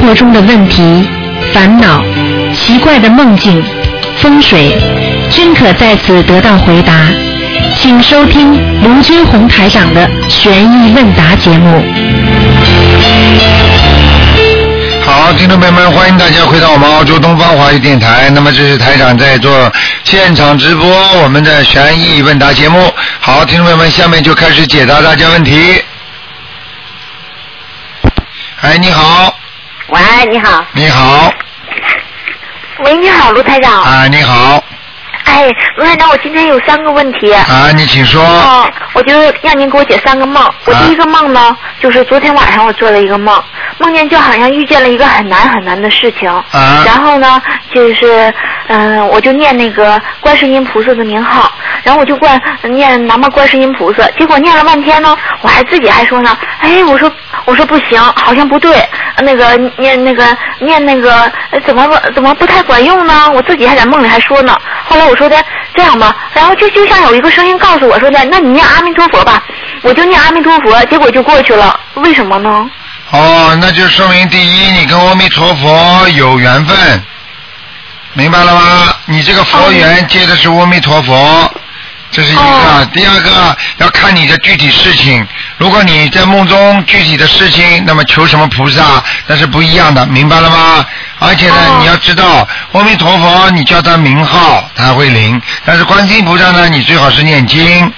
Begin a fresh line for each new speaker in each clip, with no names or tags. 活中的问题、烦恼、奇怪的梦境、风水，均可在此得到回答。请收听卢军红台长的《悬疑问答》节目。
好，听众朋友们，欢迎大家回到我们澳洲东方华语电台。那么这是台长在做现场直播我们的悬疑问答节目。好，听众朋友们，下面就开始解答大家问题。哎，你好，
喂，你好。
你好，
喂，你好，卢台长。
啊，你好，
哎，卢台长，我今天有三个问题。
啊，你请说。
哦，我就让您给我解三个梦。我第一个梦呢，就是昨天晚上我做了一个梦，梦见就好像遇见了一个很难很难的事情。
啊
然后呢，就是嗯、我就念那个观世音菩萨的名号，然后我就观念南无观世音菩萨，结果念了半天呢，我还自己还说呢，哎，我说我说不行，好像不对，那个念那个念那个呃怎么怎么不太管用呢？我自己还在梦里还说呢。后来我说的这样吧，然后就就像有一个声音告诉我说的，那你念阿弥陀佛吧，我就念阿弥陀佛，结果就过去了，为什么呢？
哦，那就说明第一，你跟阿弥陀佛有缘分，明白了吗？你这个佛缘接的是阿弥陀佛，这是一个。
哦
第二个要看你的具体事情，如果你在梦中具体的事情，那么求什么菩萨那是不一样的，明白了吗？而且呢，
哦
你要知道阿弥陀佛，你叫他名号，他会灵；但是观世音菩萨呢，你最好是念经。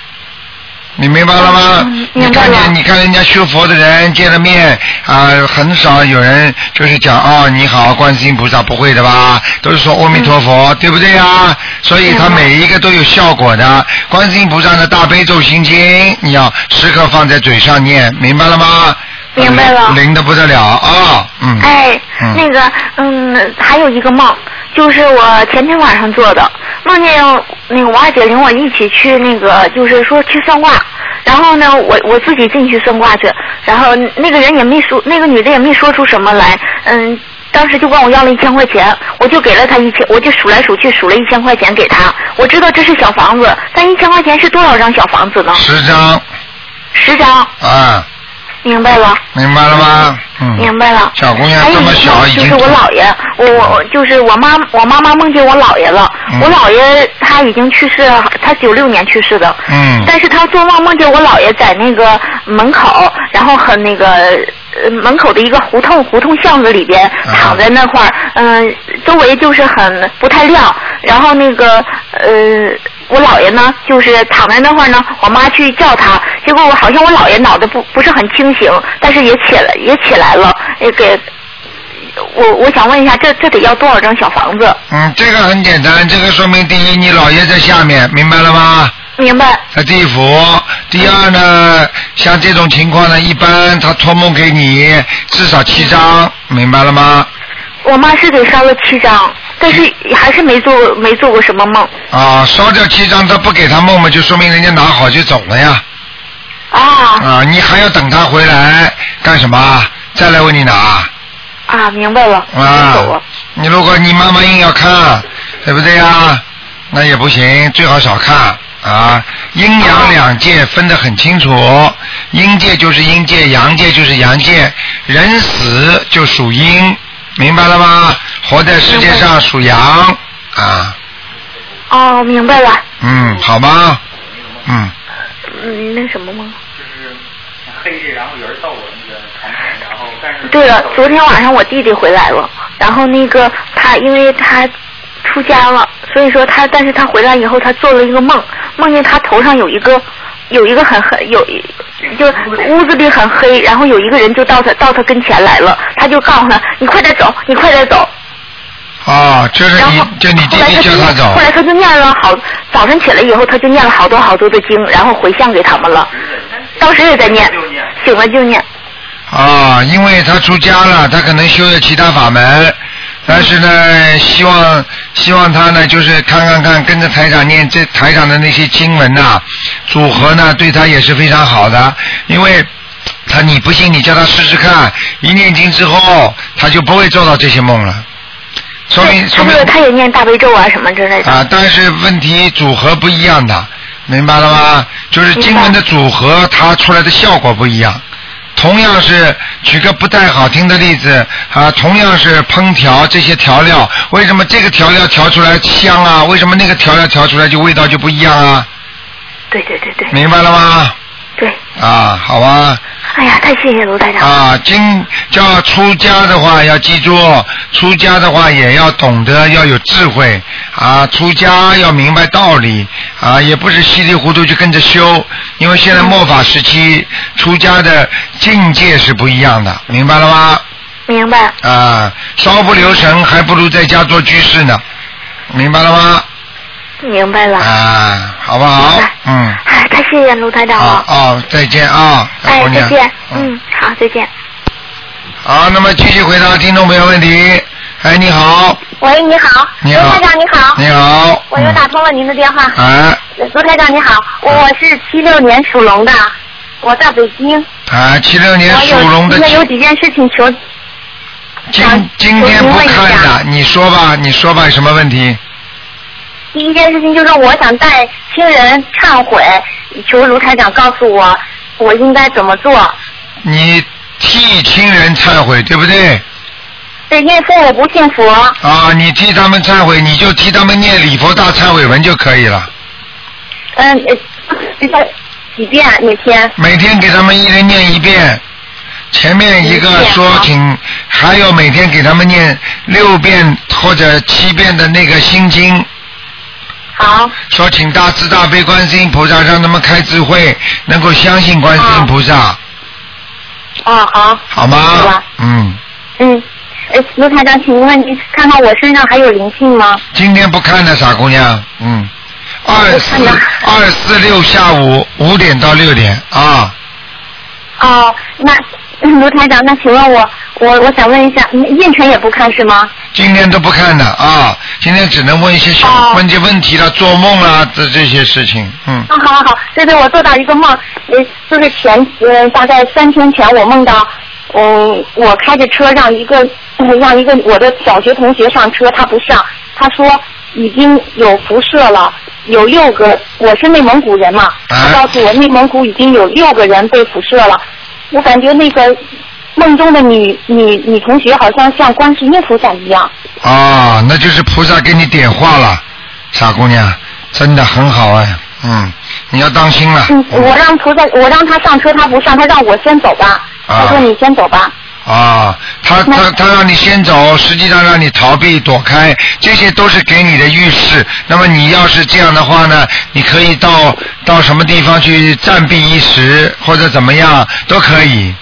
你明白了吗？
嗯
你
明白
看
了
见你看人家修佛的人见了面啊、很少有人就是讲哦你好观世音菩萨不会的吧？都是说阿弥陀佛，对不对啊？所以他
嗯
每一个都有效果的。观世音菩萨的大悲咒心经，你要时刻放在嘴上念，明白了吗？
明白了
灵的不得了啊、嗯。
哎
嗯，
那个，嗯，还有一个梦，就是我前天晚上做的，梦见那个我二姐领我一起去那个，就是说去算卦，然后呢，我我自己进去算卦去，然后那个人也没说，那个女的也没说出什么来，嗯。当时就管我要了一千块钱，我就给了她一千，我就数来数去数了一千块钱给她。我知道这是小房子，但一千块钱是多少张小房子呢？
十张
十张，
啊，
明白了。
明白了吗？嗯。
明白了。
小姑娘
还有
这
一
么
个
小已
哎就
经
是我姥爷，我我我就是我妈，我妈妈梦见我姥爷了。
嗯
我姥爷他已经去世了，他九六年去世的。
嗯
但是他做梦梦见我姥爷在那个门口，然后和那个呃门口的一个胡同胡同巷子里边
啊
躺在那块儿，嗯、周围就是很不太亮，然后那个呃。我姥爷呢，就是躺在那块儿呢，我妈去叫他，结果我好像我姥爷脑袋不不是很清醒，但是也起来也起来了，也给，我我想问一下，这这得要多少张小房子？
嗯，这个很简单，这个说明第一，你姥爷在下面，明白了吗？
明白？
在地府。第二呢，像这种情况呢，一般他托梦给你至少七张，明白了吗？
我妈是给烧了七张，但是还是没做没做过什么梦。
啊，烧掉七张，他不给他梦嘛，就说明人家拿好就走了呀。
啊
啊，你还要等他回来干什么？再来问你拿
啊，明白了，
啊
走啊。？
你如果你妈妈硬要看，对不对呀？那也不行，最好少看啊。阴阳两界分得很清楚，阴界就是阴界，阳界就是阳界。人死就属阴，明白了吗？活在世界上属阳啊，
哦，明白了。
嗯，好吗？嗯，
嗯，那什么梦？
黑着，然后有人到我那个床前，然后但是
对了，昨天晚上我弟弟回来了，然后那个他因为他出家了，所以说他，但是他回来以后，他做了一个梦，梦见他头上有一个有一个很黑有一就屋子里很黑，然后有一个人就到他到他跟前来了，他就告诉他你快点走，你快点走，
哦，就是
然
你
后，
就你弟
后来
弟
他
叫
就
他走
后。来他就念了好，早晨起来以后他就念了好多好多的经，然后回向给他们了，当时也在念，醒了就念，
啊，因为他出家了，他可能修了其他法门，但是呢，希望希望他呢，就是看看看，跟着台长念这台长的那些经文呐、组合呢，对他也是非常好的，因为。他你不信，你叫他试试看。一念经之后，他就不会做到这些梦了，说明
对
说
他
明
说他也念大悲咒啊什么之类的。
啊，但是问题组合不一样的，明白了吗？就是经文的组合，它出来的效果不一样。同样是举个不太好听的例子啊，同样是烹调这些调料，为什么这个调料调出来香啊？为什么那个调料调出来就味道就不一样啊？
对对对对，
明白了吗？
对。
啊，好啊。
哎呀，太谢谢卢台长了。
啊，经叫出家的话要记住，出家的话也要懂得要有智慧啊，出家要明白道理啊，也不是稀里糊涂就跟着修，因为现在末法时期，出家的境界是不一样的，明白了吗？
明白。
啊，稍不留神还不如在家做居士呢，明白了吗？
明白了。
啊，好不好
明白？
嗯。
哎，太谢谢卢台长
好
了。
哦，再见啊，大
哎
姑，
再
娘。
见。嗯，好，再见。
好，那么继续回答听众朋友问题。哎，你好，
喂，你好，
你
卢
好，
台长你好，
你好，
我又打通了您的电话。
嗯。哎
卢台长你好，
嗯
我我是七六年属龙的，我在北京，
哎，七六年
我
属
有
龙的
今，天有几件事情求
今今天不看的，你说吧，你说吧，有什么问题？
第一件事情就是我想带亲人忏悔，求卢台长告诉我我应该怎么做。
你替亲人忏悔，对不对？
对，因为父母不信佛，
啊，你替他们忏悔，你就替他们念礼佛大忏悔文就可以了。
嗯，呃，几遍每天？
每天给他们一人念一遍，前面一个说
一遍
请，还有每天给他们念六遍或者七遍的那个心经，
好，
说请大慈大悲观世音菩萨让他们开智慧，能够相信观世音菩萨，
哦，啊好，
好
是
吗
吧？
嗯，
嗯，呃，卢台长，请问您看看我身上还有灵性吗？
今天不看的傻姑娘，嗯，二
我看
四
到
二四六下午五点到六点啊，
哦，那嗯卢台长，那请问我，我我想问一下，嗯运程也不看是吗？
今天都不看的啊，今天只能问一些小、
哦
问一些问题了，做梦啦这这些事情，嗯。
啊，好好好，对对，我做到一个梦，呃，就是前呃大概三天前，我梦到，嗯，我开着车让一个、嗯让一个我的小学同学上车，他不上，他说已经有辐射了，有六个，我是内蒙古人嘛，
啊
他告诉我内蒙古已经有六个人被辐射了，我感觉那个梦中的女女女同学好像像观世音菩萨一样，
啊，那就是菩萨给你点化了，傻姑娘，真的很好哎，嗯，你要当心了。
嗯，
嗯
我让菩萨我让他上车，他不上，他让我先走吧，他说
啊
你先走吧。
啊，他他他让你先走，实际上让你逃避躲开，这些都是给你的预示。那么你要是这样的话呢，你可以到到什么地方去暂避一时，或者怎么样都可以。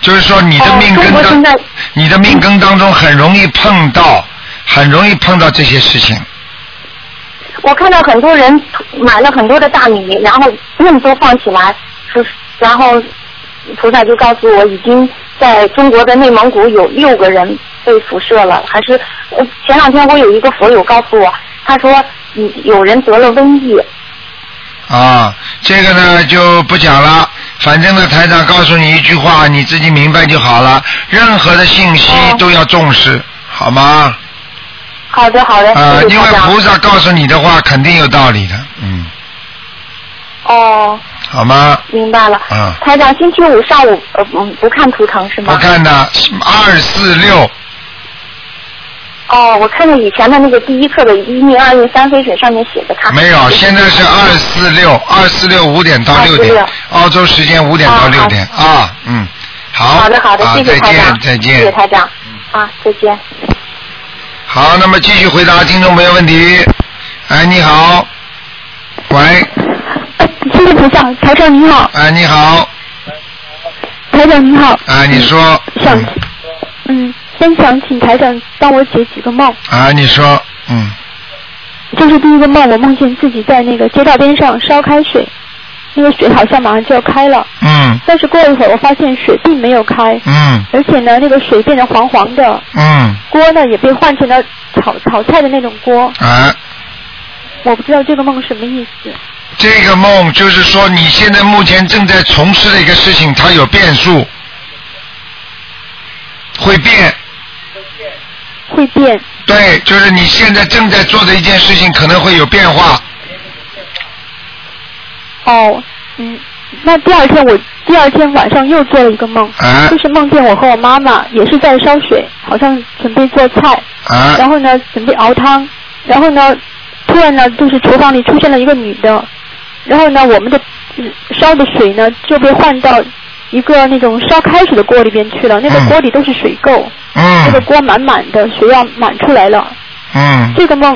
就是说你的
哦
命
中
根
国
当、
现在
你的命根当中很容易碰到，很容易碰到这些事情。
我看到很多人买了很多的大米，然后那么多放起来，菩然后菩萨就告诉我，已经在中国的内蒙古有六个人被辐射了。还是呃前两天我有一个佛友告诉我，他说嗯有人得了瘟疫，
啊，这个呢就不讲了。反正呢，台长告诉你一句话，你自己明白就好了。任何的信息
哦
都要重视，好吗？
好的好的，
啊，
哦谢谢
因为
台长
菩萨告诉你的话，肯定有道理的，嗯，
哦，
好吗？
明白了。
嗯
台长，星期五上午呃不不看图腾是
我
吗？
看的二四六
哦，我看见以前的那个第一课的一命二运三飞水上面写的看
没有，现在是二四六，二四六五点到六点
246，
澳洲时间五点到六点啊，嗯，好，
好的好的，
啊
谢谢
再
台
见
长，
再见，
谢谢台长，啊，再见。
好，那么继续回答听众朋友问题。哎，你好，喂，
谢谢台长，台长你好，
哎，你好，
台长你好，
哎，你说，
想
嗯，
嗯，先想请台长帮我解几个梦，
啊，你说，嗯，
就是第一个梦，我梦见自己在那个街道边上烧开水，那个水好像马上就要开了，
嗯，
但是过了一会儿，我发现水并没有开，
嗯，
而且呢，那个水变得黄黄的，
嗯，
锅呢也被换成了炒炒菜的那种锅，
啊，
我不知道这个梦什么意思。
这个梦就是说你现在目前正在从事的一个事情，它有变数，会变。
会变，
对，就是你现在正在做的一件事情可能会有变化。
哦，嗯，那第二天我第二天晚上又做了一个梦，
啊
就是梦见我和我妈妈也是在烧水，好像准备做菜，
啊
然后呢准备熬汤，然后呢突然呢就是厨房里出现了一个女的，然后呢我们的嗯烧的水呢就被换到一个那种烧开水的锅里边去了，那个
嗯
锅里都是水垢，那个
嗯
锅满满的水要满出来了。
嗯，
这个梦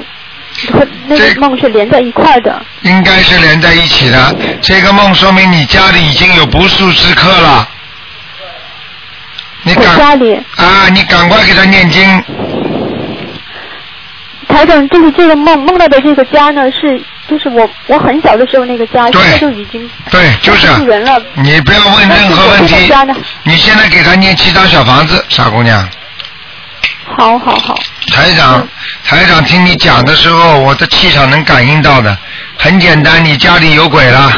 和那
这
个梦是连在一块儿的，
应该是连在一起的。这个梦说明你家里已经有不速之客了。你
我
赶
家里。
啊，你赶快给他念经。
台长，就是这个梦梦到的这个家呢，是就是我我很小的时候那个家，
对
现在就已经
对，就是啊
不是人了。
你不要问任何问
那这
题
个家呢。
你现在给他念七张小房子，傻姑娘。
好好好，
台
嗯
长，台长听你讲的时候，我的气场能感应到的。很简单，你家里有鬼了。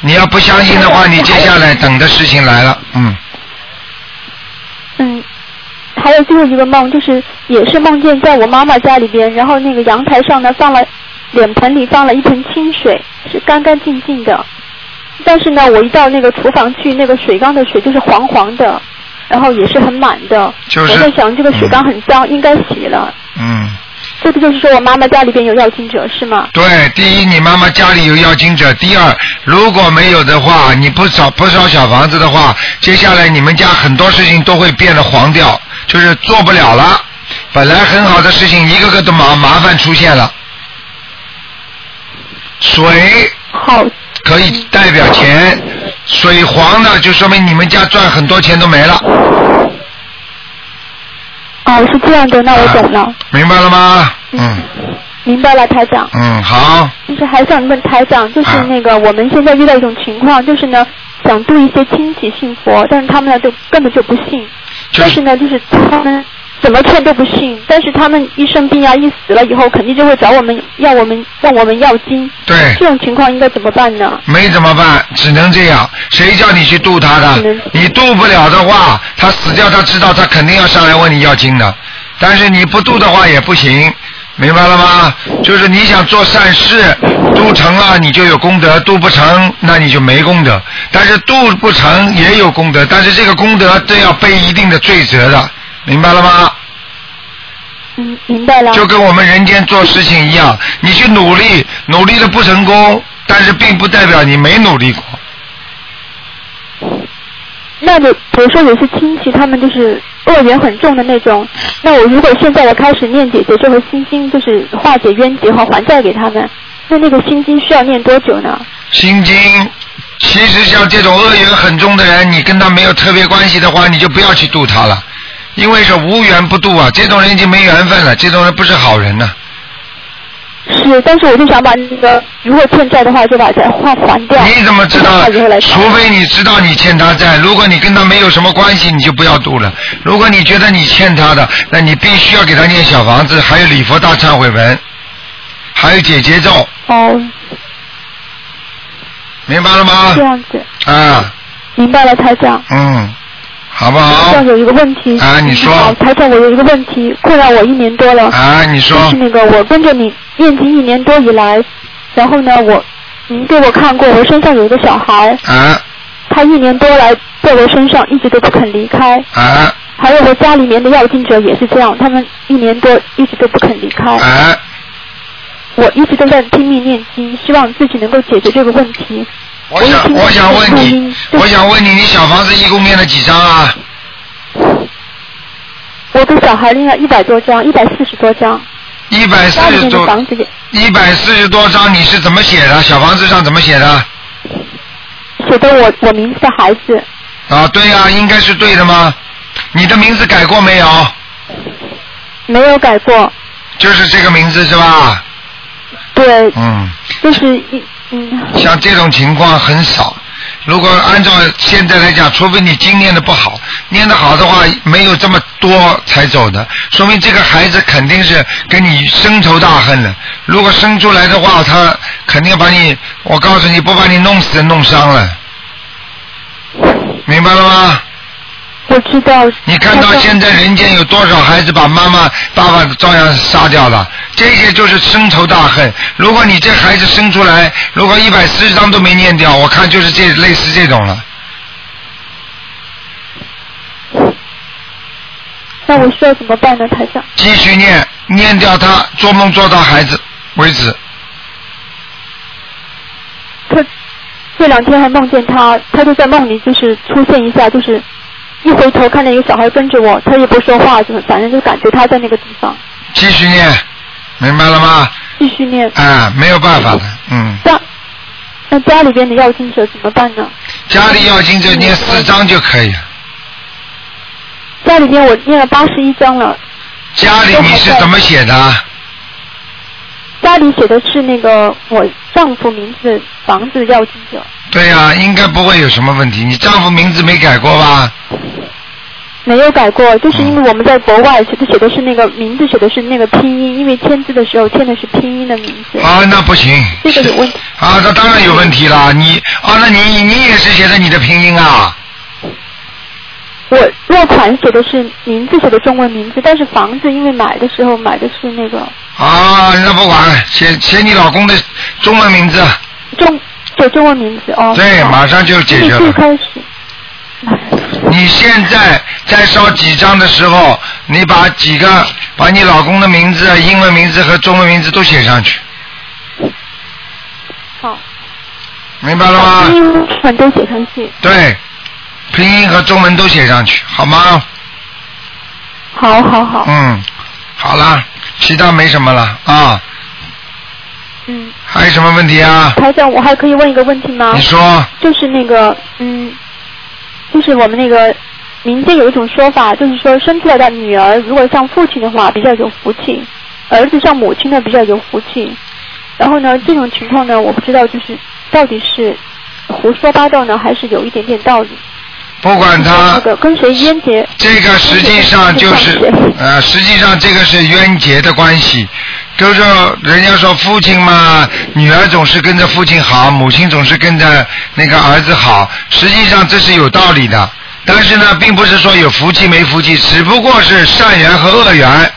你要不相信的话，你接下来等的事情来了，嗯。
嗯。还有最后一个梦，就是也是梦见在我妈妈家里边，然后那个阳台上呢放了脸盆里放了一盆清水，是干干净净的。但是呢，我一到那个厨房去，那个水缸的水就是黄黄的，然后也是很满的。
就是
我在想，这个水缸很脏，应该洗了。
嗯，
这个就是说我妈妈家里边有要经者是吗？
对，第一，你妈妈家里有要经者；第二，如果没有的话，你不找不烧小房子的话，接下来你们家很多事情都会变得黄掉，就是做不了了。本来很好的事情，一个个都麻麻烦出现了。水
好，
可以代表钱，水黄呢，就说明你们家赚很多钱都没了，
哦，是这样的，那我
啊
懂了，
明白了吗？嗯
明白了，台长。
嗯，好，
就是还想问台长，就是
啊
那个我们现在遇到一种情况，就是呢想度一些亲戚信佛，但是他们呢就根本就不信，
就
但
是
是呢就是他们怎么劝都不信，但是他们一生病啊一死了以后，肯定就会找我们要我们让我们要经，
对
这。种情况应该怎么办呢？
没怎么办，只能这样。谁叫你去渡他
只
的
能？
你渡不了的话，他死掉，他知道他肯定要上来问你要经的。但是你不渡的话也不行，明白了吗？就是你想做善事，渡成了你就有功德，渡不成那你就没功德。但是渡不成也有功德，但是这个功德都要背一定的罪责的，明白了吗？
嗯，明白了。
就跟我们人间做事情一样，你去努力，努力了不成功，但是并不代表你没努力过。
那就比如说有些亲戚，他们就是恶缘很重的那种。那我如果现在我开始念姐姐这个心经，就是化解冤结和还债给他们，那那个心经需要念多久呢？
心经，其实像这种恶缘很重的人，你跟他没有特别关系的话，你就不要去度他了，因为是无缘不度啊，这种人已经没缘分了，这种人不是好人呢、
是，但是我就想把那个如果欠债的话，就把债还还掉。
你怎么知道
他以后来？
除非你知道你欠他债，如果你跟他没有什么关系，你就不要度了。如果你觉得你欠他的，那你必须要给他念小房子，还有礼佛大忏悔文，还有解结咒，
哦，
明白了吗
这？样子，
啊，
明白了，台长。
嗯，好不
台
好
长？有一个问题
啊你说
好台长，我有一个问题困扰我一年多了。
啊，你说。
就是那个我跟着你念经一年多以来，然后呢，我您给我看过我身上有一个小孩，
啊
他一年多来在我身上一直都不肯离开，
啊
还有我家里面的要经者也是这样，他们一年多一直都不肯离开，
啊！
我一直都在拼命念经，希望自己能够解决这个问题。
我想，我想问
我已
你
经，
我想问你，你小房子一共念了几张啊？
我给小孩念了一百多张，一百四十多张，
一百四
家里
十
面的
多，
房子也
一百四十多张，你是怎么写的？小房子上怎么写的？
写的我我名字的孩子，
啊，对呀、应该是对的吗？你的名字改过没有？
没有改过，
就是这个名字是吧？
对，
嗯，
就是一嗯。
像这种情况很少。如果按照现在来讲，除非你经念的不好，念的好的话，没有这么多才走的，说明这个孩子肯定是跟你深仇大恨了。如果生出来的话，他肯定把你，我告诉你，不把你弄死弄伤了，明白了吗？
我知道。
你看到现在人间有多少孩子把妈妈、爸爸照样杀掉了？这些就是深仇大恨。如果你这孩子生出来，如果一百四十章都没念掉，我看就是这类似这种了。
那我需要怎么办呢，台长？
继续念，念掉他，做梦做到孩子为止。
他这两天还梦见他，他就在梦里就是出现一下，就是一回头看见一个小孩跟着我，他也不说话，就是反正就感觉他在那个地方。
继续念，明白了吗？
继续念。
啊，没有办法的，嗯。
家，那家里边的要经者怎么办呢？
家里要经者念四章就可以了。
家里边我念了八十一章了。
家里你是怎么写的？
家里写的是那个我丈夫名字房子要记者。
对呀、应该不会有什么问题。你丈夫名字没改过吧？
没有改过，就是
嗯
因为我们在国外写的写的是那个名字写的是那个拼音，因为签字的时候签的是拼音的名字。
啊，那不行。
这个有问题。
啊，那当然有问题啦。你啊，那你你也是写的你的拼音啊？
我落款写的是名字写的中文名字，但是房子因为买的时候买的是那个
啊，那不管，写写你老公的中文名字。
中对中文名字哦。
对，马上就解决
那你最
了。
开始哎
你现在在烧几张的时候，你把几个把你老公的名字、英文名字和中文名字都写上去，
好，
明白了吗？
英文全都写上去。
对，拼音和中文都写上去，好吗？
好好好，
嗯，好啦，其他没什么了啊，
嗯，
还有什么问题啊？
台长，我还可以问一个问题吗？
你说，
就是那个，嗯，就是我们那个民间有一种说法，就是说生出来的女儿如果像父亲的话比较有福气，儿子像母亲的比较有福气。然后呢，这种情况呢，我不知道就是到底是胡说八道呢，还是有一点点道理。
不管
那
他
个跟谁冤结？
这个实际上就是
跟谁冤结
呃，实际上这个是冤结的关系，就是说人家说父亲嘛，女儿总是跟着父亲好，母亲总是跟着那个儿子好，实际上这是有道理的。但是呢，并不是说有福气没福气，只不过是善缘和恶缘。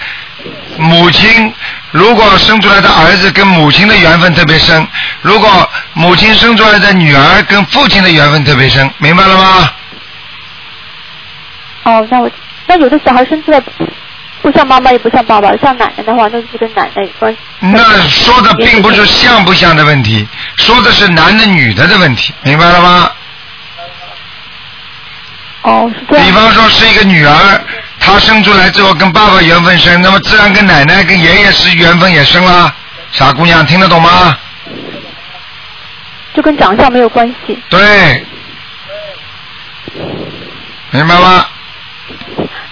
母亲如果生出来的儿子跟母亲的缘分特别深，如果母亲生出来的女儿跟父亲的缘分特别深，明白了吗？
哦，那我那有的小孩生出来不像妈妈也不像爸爸，像奶奶的话，那就是跟奶奶有关系。
那说的并不是像不像的问题，说的是男的女的的问题，明白了吗？
哦，是这样
比。方说是一个女儿，她生出来之后跟爸爸缘分深，那么自然跟奶奶、跟爷爷是缘分也深啦。傻姑娘，听得懂吗？
就跟长相没有关系。
对，明白吗？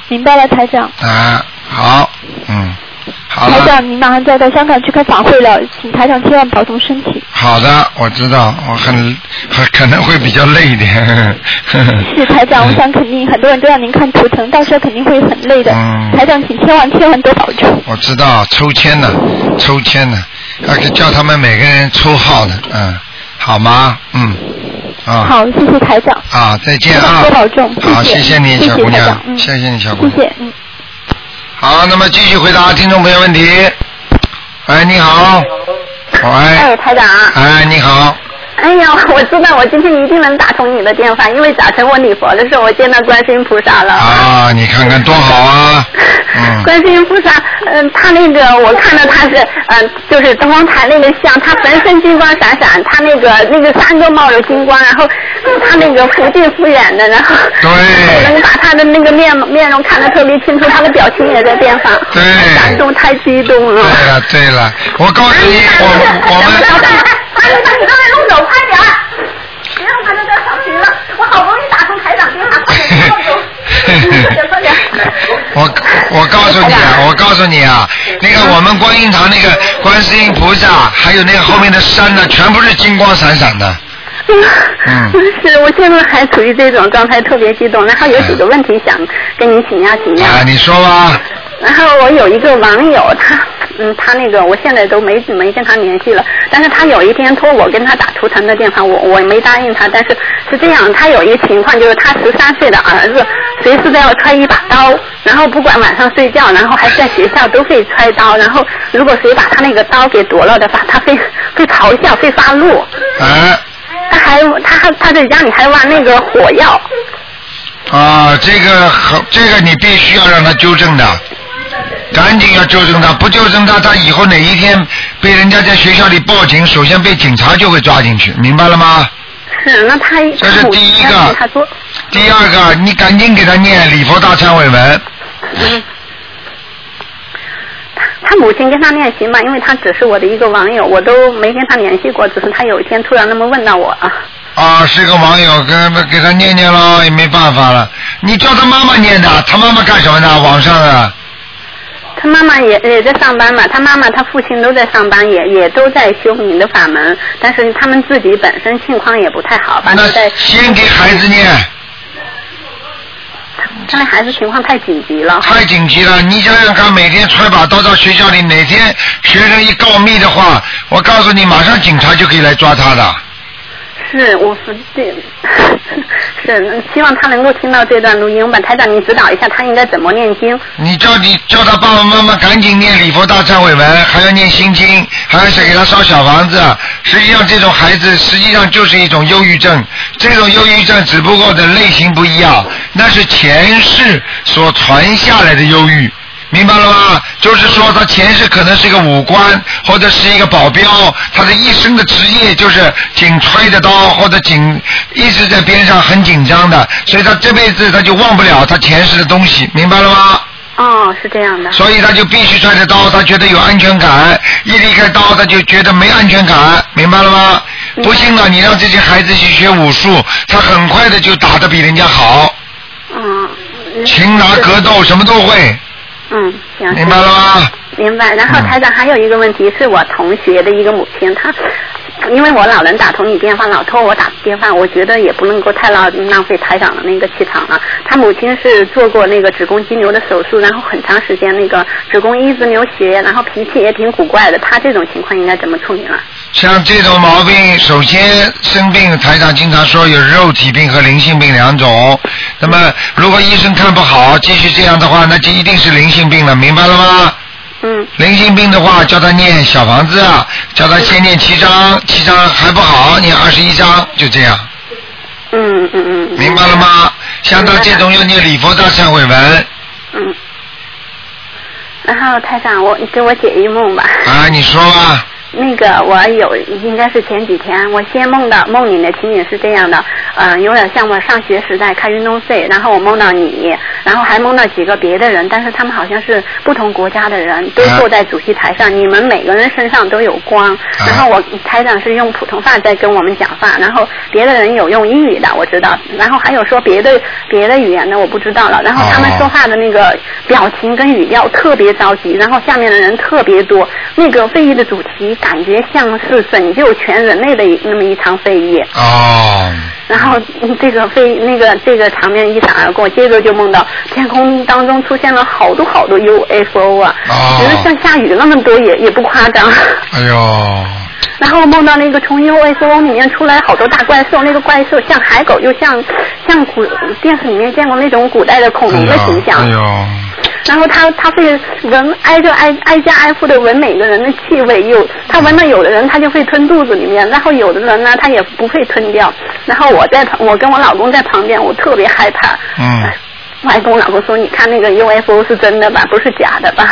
明白了，台长。
啊，好，嗯，好
台
了，
长，你马上就要到香港去开法会了，请台长千万保重身体。
好的，我知道，我很很可能会比较累一点。
是台长，我想肯定很多人都让您看图腾，到时候肯定会很累的。
嗯
台长，请千万千万多保重。
我知道抽签呢，抽签呢，要叫他们每个人抽号呢，嗯，好吗？嗯，啊
好，谢谢台长。
啊，再见啊，
多保重，
好，谢
谢
你
谢
小姑
台长
娘，，
嗯，
谢谢你小姑
谢
娘。
谢，嗯。
好，那么继续回答听众朋友问题。哎，你好，喂，
哎，台长，
哎，你好，
哎呀，我知道我今天一定能打通你的电话，因为早晨我礼佛的时候，我见到观世音菩萨了。
啊，你看看多好啊，嗯，
观世音菩萨，嗯，他那个我看到他是，嗯，就是东方台那个像，他浑身金光闪闪，他那个那个三个冒着金光，然后他那个福近福远的，然后
对
我能把他的那个面面容看得特别清楚，他的表情也在变化，
对
太
哎
感动，太激动了。哎
对了对了，我告诉你，我我们。
把你把你刚才弄走，快点！别让他在这伤心了。我好不容易打通台长电话，快点弄 走。快点快点！
我我告诉你啊，我告诉你啊，那个我们观音堂那个观世音菩萨，还有那个后面的山呢，全部是金光闪闪的。 嗯
是我现在还处于这种状态，特别激动。然后有几个问题想跟您请教请教。
啊，你说吧，
然后我有一个网友，他嗯，他那个我现在都没没跟他联系了，但是他有一天托我跟他打图腾的电话，我我没答应他，但是
是这样，他有一个情况就是他十三岁的儿子随时都要揣一把刀，然后不管晚上睡觉，然后还在学校都会揣刀，然后如果谁把他那个刀给夺了的话，他会会咆哮，会发怒。
啊
他还他还他在家里还玩那个火药，
啊，这个很这个你必须要让他纠正的，赶紧要纠正他，不纠正他，他以后哪一天被人家在学校里报警，首先被警察就会抓进去，明白了吗？
是那他
这是第一个
他说
第二个，你赶紧给他念礼佛大忏悔文，
他 他母亲跟他练习嘛，因为他只是我的一个网友，我都没跟他联系过，只是他有一天突然那么问到我啊，
啊，是个网友跟给他念念喽，也没办法了。你叫他妈妈念的，他妈妈干什么呢？网上啊，
他妈妈也也在上班嘛，他妈妈他父亲都在上班，也也都在修您的法门，但是他们自己本身情况也不太好，反正在
那先给孩子念，
看来孩子情况太紧急了。
太紧急了。你想想看，每天揣把刀到学校里，哪天学生一告密的话，我告诉你，马上警察就可以来抓他的。
是，我是对，是希望他能够听到这段录音吧。台长，你指导一下他应该怎么念经。
你叫你叫他爸爸妈妈赶紧念礼佛大忏悔文，还要念心经，还要想给他烧小房子。啊实际上，这种孩子实际上就是一种忧郁症，这种忧郁症只不过的类型不一样，那是前世所传下来的忧郁。明白了吗？就是说，他前世可能是一个武官，或者是一个保镖，他的一生的职业就是紧揣着刀，或者紧一直在边上很紧张的，所以他这辈子他就忘不了他前世的东西，明白了吗？
哦，是这样 的。
所以他就必须揣着刀，他觉得有安全感；一离开刀，他就觉得没安全感，明白了吗？
嗯
不信呢，你让这些孩子去学武术，他很快的就打得比人家好，
嗯。嗯
擒拿格斗什么都会，
嗯，行。
明白了吗？
明白。然后
嗯
台长还有一个问题，是我同学的一个母亲，她因为我老能打通你电话，老托我打电话，我觉得也不能够太浪浪费台长的那个气场了。她母亲是做过那个子宫肌瘤的手术，然后很长时间那个子宫一直流血，然后脾气也挺古怪的。她这种情况应该怎么处理呢？
像这种毛病，首先生病，台长经常说有肉体病和灵性病两种。那么
嗯
如果医生看不好，继续这样的话，那就一定是灵性病了，明白了吗？
嗯
灵性病的话，叫他念小房子啊，叫他先念七章，七章还不好，念二十一章，就这样，
嗯嗯嗯。嗯
明白了？吗？像他这种要念礼佛大忏悔文
嗯。然后台长，我你给我解一梦吧。
啊，你说吧，
那个我有应该是前几天，我先梦到梦里的情景是这样的，嗯、有点像我上学时代开运动会，然后我梦到你，然后还梦到几个别的人，但是他们好像是不同国家的人，都
啊
坐在主席台上，你们每个人身上都有光，然后我台长是用普通话在跟我们讲话，然后别的人有用英语的我知道，然后还有说别的别的语言的我不知道了，然后他们
哦
说话的那个表情跟语调特别着急，然后下面的人特别多，那个会议的主题感觉像是拯救全人类的一那么一场会议，
哦，
然后嗯这个会那个这个场面一闪而过，接着就梦到天空当中出现了好多好多 UFO 啊，
哦
觉得像下雨那么多也也不夸张。
哎呦，
然后梦到那个从 UFO 里面出来好多大怪兽，那个怪兽像海狗，又像像古电视里面见过那种古代的恐
哎
龙的
呦
形，象。
哎呦，
然后他他会闻挨着挨挨家挨户的闻每个人的气味，有他闻到有的人他就会吞肚子里面，然后有的人呢他也不会吞掉。然后我在旁我跟我老公在旁边，我特别害怕。
嗯。
我还跟我老公说，你看那个 UFO 是真的吧，不是假的吧？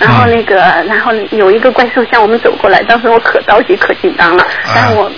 然后那个，然后有一个怪兽向我们走过来，当时我可着急可紧张了，但是我，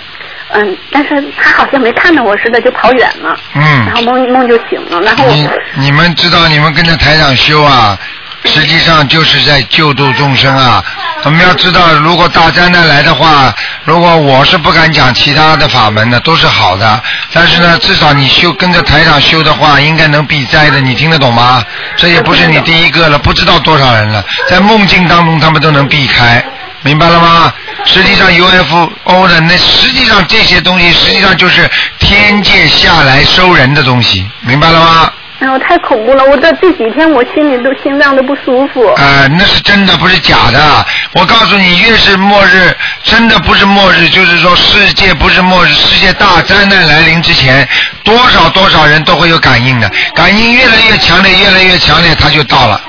嗯，但是他好像没看到我似的就跑远了，
嗯
然。后梦梦就醒了，然后我
你你们知道，你们跟着台长修啊，实际上就是在救度众生啊。我们要知道，如果大灾难来的话，如果我是不敢讲其他的法门的，都是好的。但是呢，至少你修跟着台长修的话，应该能避灾的。你听得懂吗？这也不是你第一个了，不知道多少人了，在梦境当中他们都能避开。明白了吗？实际上 UFO 的那实际上这些东西实际上就是天界下来收人的东西，明白了吗？
哎呦，太恐怖了！我这这几天我心里都心脏都不舒服。
呃啊、那是真的，不是假的。我告诉你，越是末日真的不是末日，就是说世界不是末日，世界大灾难来临之前，多少多少人都会有感应的，感应越来越强烈，越来越强烈，它就到了，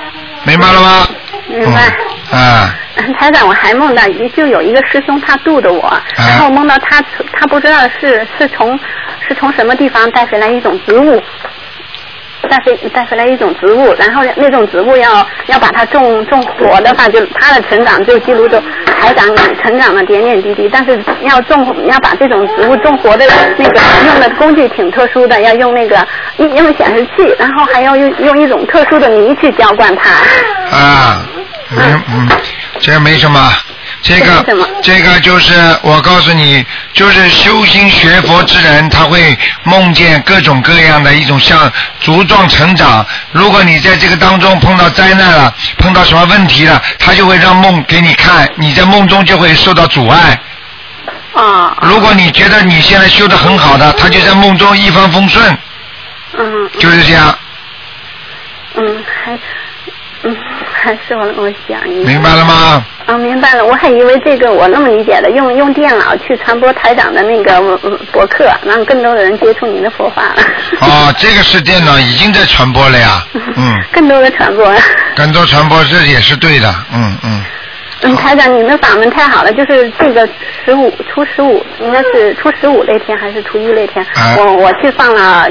明白了吗？
明白。
嗯、啊。
台长，我还梦到一就有一个师兄，他度的我，然后梦到他他不知道是是从是从什么地方带回来一种植物，带回带回来一种植物，然后那种植物要要把它种种活的话，就它的成长就记录着台长成长的点点滴滴。但是要种要把这种植物种活的那个用的工具挺特殊的，要用那个用用显示器，然后还要用用一种特殊的泥去浇灌它。
啊，嗯嗯，这没什么。这个这个就是我告诉你，就是修心学佛之人，他会梦见各种各样的一种像茁壮成长。如果你在这个当中碰到灾难了，碰到什么问题了，他就会让梦给你看，你在梦中就会受到阻碍。
啊。
如果你觉得你现在修的很好的，他就在梦中一帆风顺。
嗯。
就是这样。
嗯，还。嗯，还是我我想一下。
明白了吗？
嗯、哦，明白了。我还以为这个我那么理解的，用用电脑去传播台长的那个嗯博客，让更多的人接触您的佛法了。
哦，这个是电脑已经在传播了呀。嗯。
更多的传播。
更多传播，这也是对的。嗯嗯。
嗯， 台长，您的法门太好了，就是这个十五初十五，应该是初十五那天还是初一那天，
啊、
我我去放了。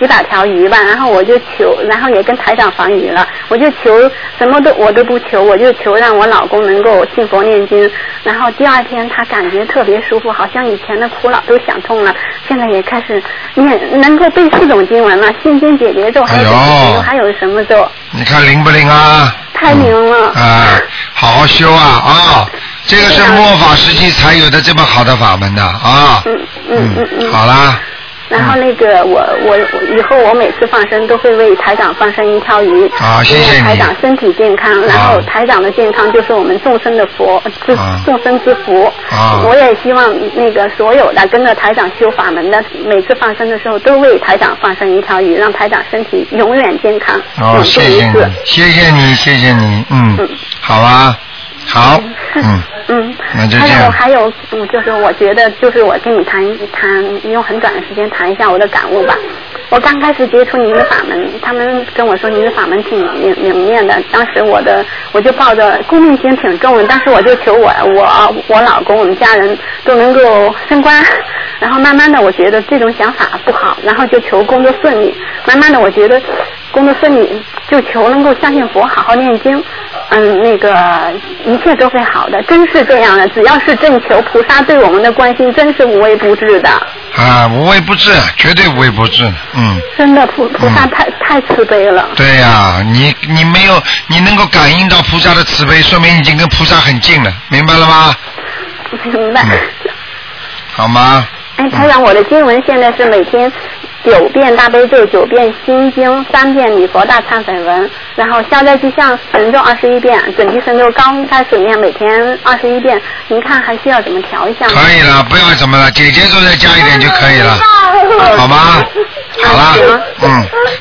几百条鱼吧，然后我就求，然后也跟台长防鱼了，我就求什么都我都不求，我就求让我老公能够信佛念经。然后第二天他感觉特别舒服，好像以前的苦恼都想通了，现在也开始念，能够背四种经文了，心经解结咒，还有、
哎、
还有什么咒？
你看灵不灵啊？
太灵了！啊、
嗯呃，好好修啊啊！哦这个是末法时期才有的这么好的法门的啊！
嗯嗯嗯嗯，
好啦。
然后那
嗯
个我我以后我每次放生都会为台长放生一条鱼，
啊谢谢
台长身体健康，然后台长的健康就是我们众生的福，之、
啊、
众生之福。
啊，
我也希望那个所有的跟着台长修法门的，每次放生的时候都为台长放生一条鱼，让台长身体永远健康。
哦，谢谢你，谢谢你，谢谢你，嗯，
嗯
好啊。好，嗯，
嗯，
那就这样。
还有还有，嗯，就是我觉得，就是我跟你谈一谈，用很短的时间谈一下我的感悟吧。我刚开始接触您的法门，他们跟我说您的法门挺灵灵验的，当时我的我就抱着恭敬心挺重的，但是我就求我我我老公我们家人都能够升官， 然后慢慢的我觉得这种想法不好，然后就求工作顺利，慢慢的我觉得。工作顺利，就求能够相信佛，好好念经，嗯，那个一切都会好的，真是这样的。只要是正求，菩萨对我们的关心真是无微不至的。
啊，无微不至，绝对无微不至，嗯。
真的，菩菩萨太、嗯、太慈悲了。
对呀、啊，你你没有，你能够感应到菩萨的慈悲，说明已经跟菩萨很近了，明白了吗？
明白。
嗯、好吗？
哎，台长，我的经文现在是每天。九遍大悲咒，九遍心经，三遍礼佛大忏悔文，然后消灾吉祥神咒二十一遍，准提神咒刚开始念每天二十一遍，您看还需要怎么调一下吗？
可以了，不要怎么了，姐姐咒再加一点就可以了，好吗？好了，嗯，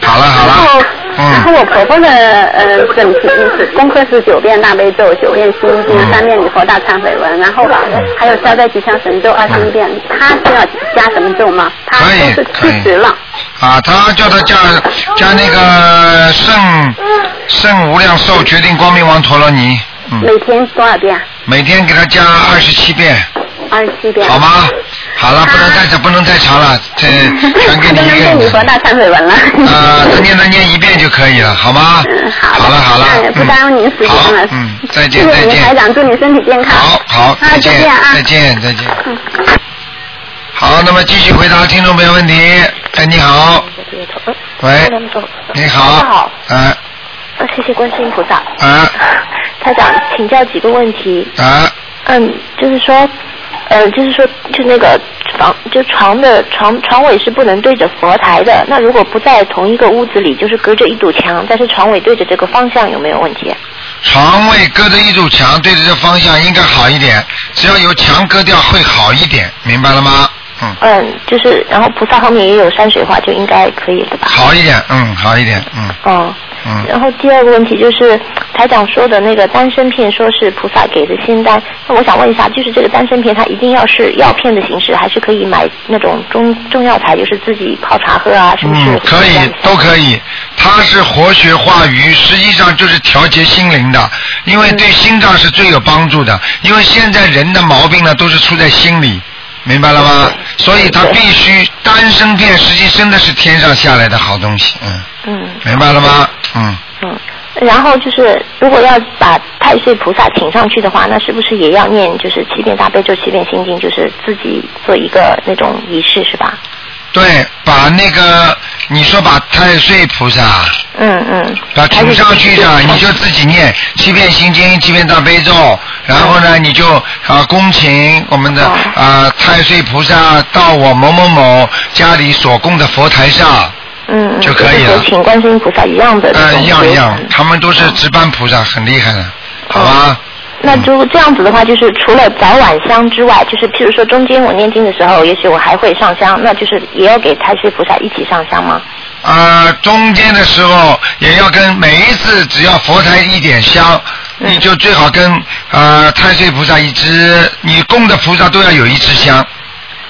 好了好了，嗯。
然后我婆婆的呃准提功课是九遍大悲咒，九遍心经，三遍礼佛大忏悔文，然后还有消灾吉祥神咒二十一遍，她需要加什么咒吗？她都是七十了。
啊，他叫他加加那个圣圣无量寿决定光明王陀罗尼，嗯，
每天多少遍？啊
每天给他加二十七遍。
二十七遍。
好吗？好了，不能再长，不能再长了， 这全给你一个。
啊念你佛大忏悔文了。
啊，他念他念一遍就可以了，好吗？
嗯，
好。了好了，
不耽误您时间了。
嗯，再见再见。
谢谢台长，祝你身体健康。
好好，再见
啊，
再见再见。嗯。好，那么继续回答听众朋友问题。哎，你好。喂。哎你好。
你好。呃
啊。
谢谢观世音菩萨。
啊。
台长，请教几个问题。
啊。
嗯，就是说，呃，就是说，就那个房，就床的床床尾是不能对着佛台的。那如果不在同一个屋子里，就是隔着一堵墙，但是床尾对着这个方向，有没有问题？
床位隔着一堵墙，对着这方向应该好一点。只要有墙隔掉，会好一点，明白了吗？嗯，
嗯，就是然后菩萨后面也有山水画，就应该可以了吧？
好一点，嗯，好一点，嗯
哦，
嗯，
然后第二个问题就是台长说的那个丹参片，说是菩萨给的仙丹。那我想问一下，就是这个丹参片，它一定要是药片的形式，还是可以买那种中中药材，就是自己泡茶喝啊？是不是？
嗯，可以，都可以。它是活血化瘀，实际上就是调节心灵的，因为对心脏是最有帮助的。因为现在人的毛病呢，都是出在心里，明白了吗？所以它必须丹参片，实际真的是天上下来的好东西，嗯，
嗯
明白了吗？嗯，
嗯。然后就是，如果要把太岁菩萨请上去的话，那是不是也要念就是七遍大悲咒、七遍心经，就是自己做一个那种仪式是吧？
对，把那个你说把太岁菩萨
嗯嗯。
把请上去的，你就自己念七遍心经，七遍大悲咒，然后呢，你就啊恭请我们的
哦
啊太岁菩萨到我某某某家里所供的佛台上，
嗯，嗯
就可以了
就是和请观世音菩萨一样的那
呃，
种
一样
流
一样
程，
他们都是值班菩萨，很厉害的，好吧？
那如果这样子的话，就是除了早晚香之外，就是譬如说中间我念经的时候，也许我还会上香，那就是也要给太岁菩萨一起上香吗？
啊，中间的时候也要跟每一次只要佛台一点香，你就最好跟呃太岁菩萨一支，你供的菩萨都要有一支香。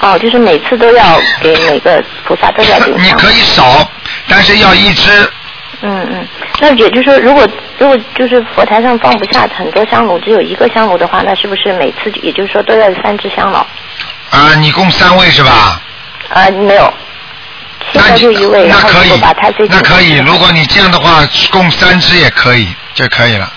哦，就是每次都要给每个菩萨都要点
你
香。
可以少，但是要一支。
嗯嗯，那也就是说，如果如果就是佛台上放不下很多香炉，只有一个香炉的话，那是不是每次也就是说都要三支香了？
啊，你供三位是吧？
啊、没有，
那
现在
你
就一位，然
那
后
可
如
以
果把太岁，
那可以。
请上去
如
的话
果你这样的话，供三支也可以，就可以了。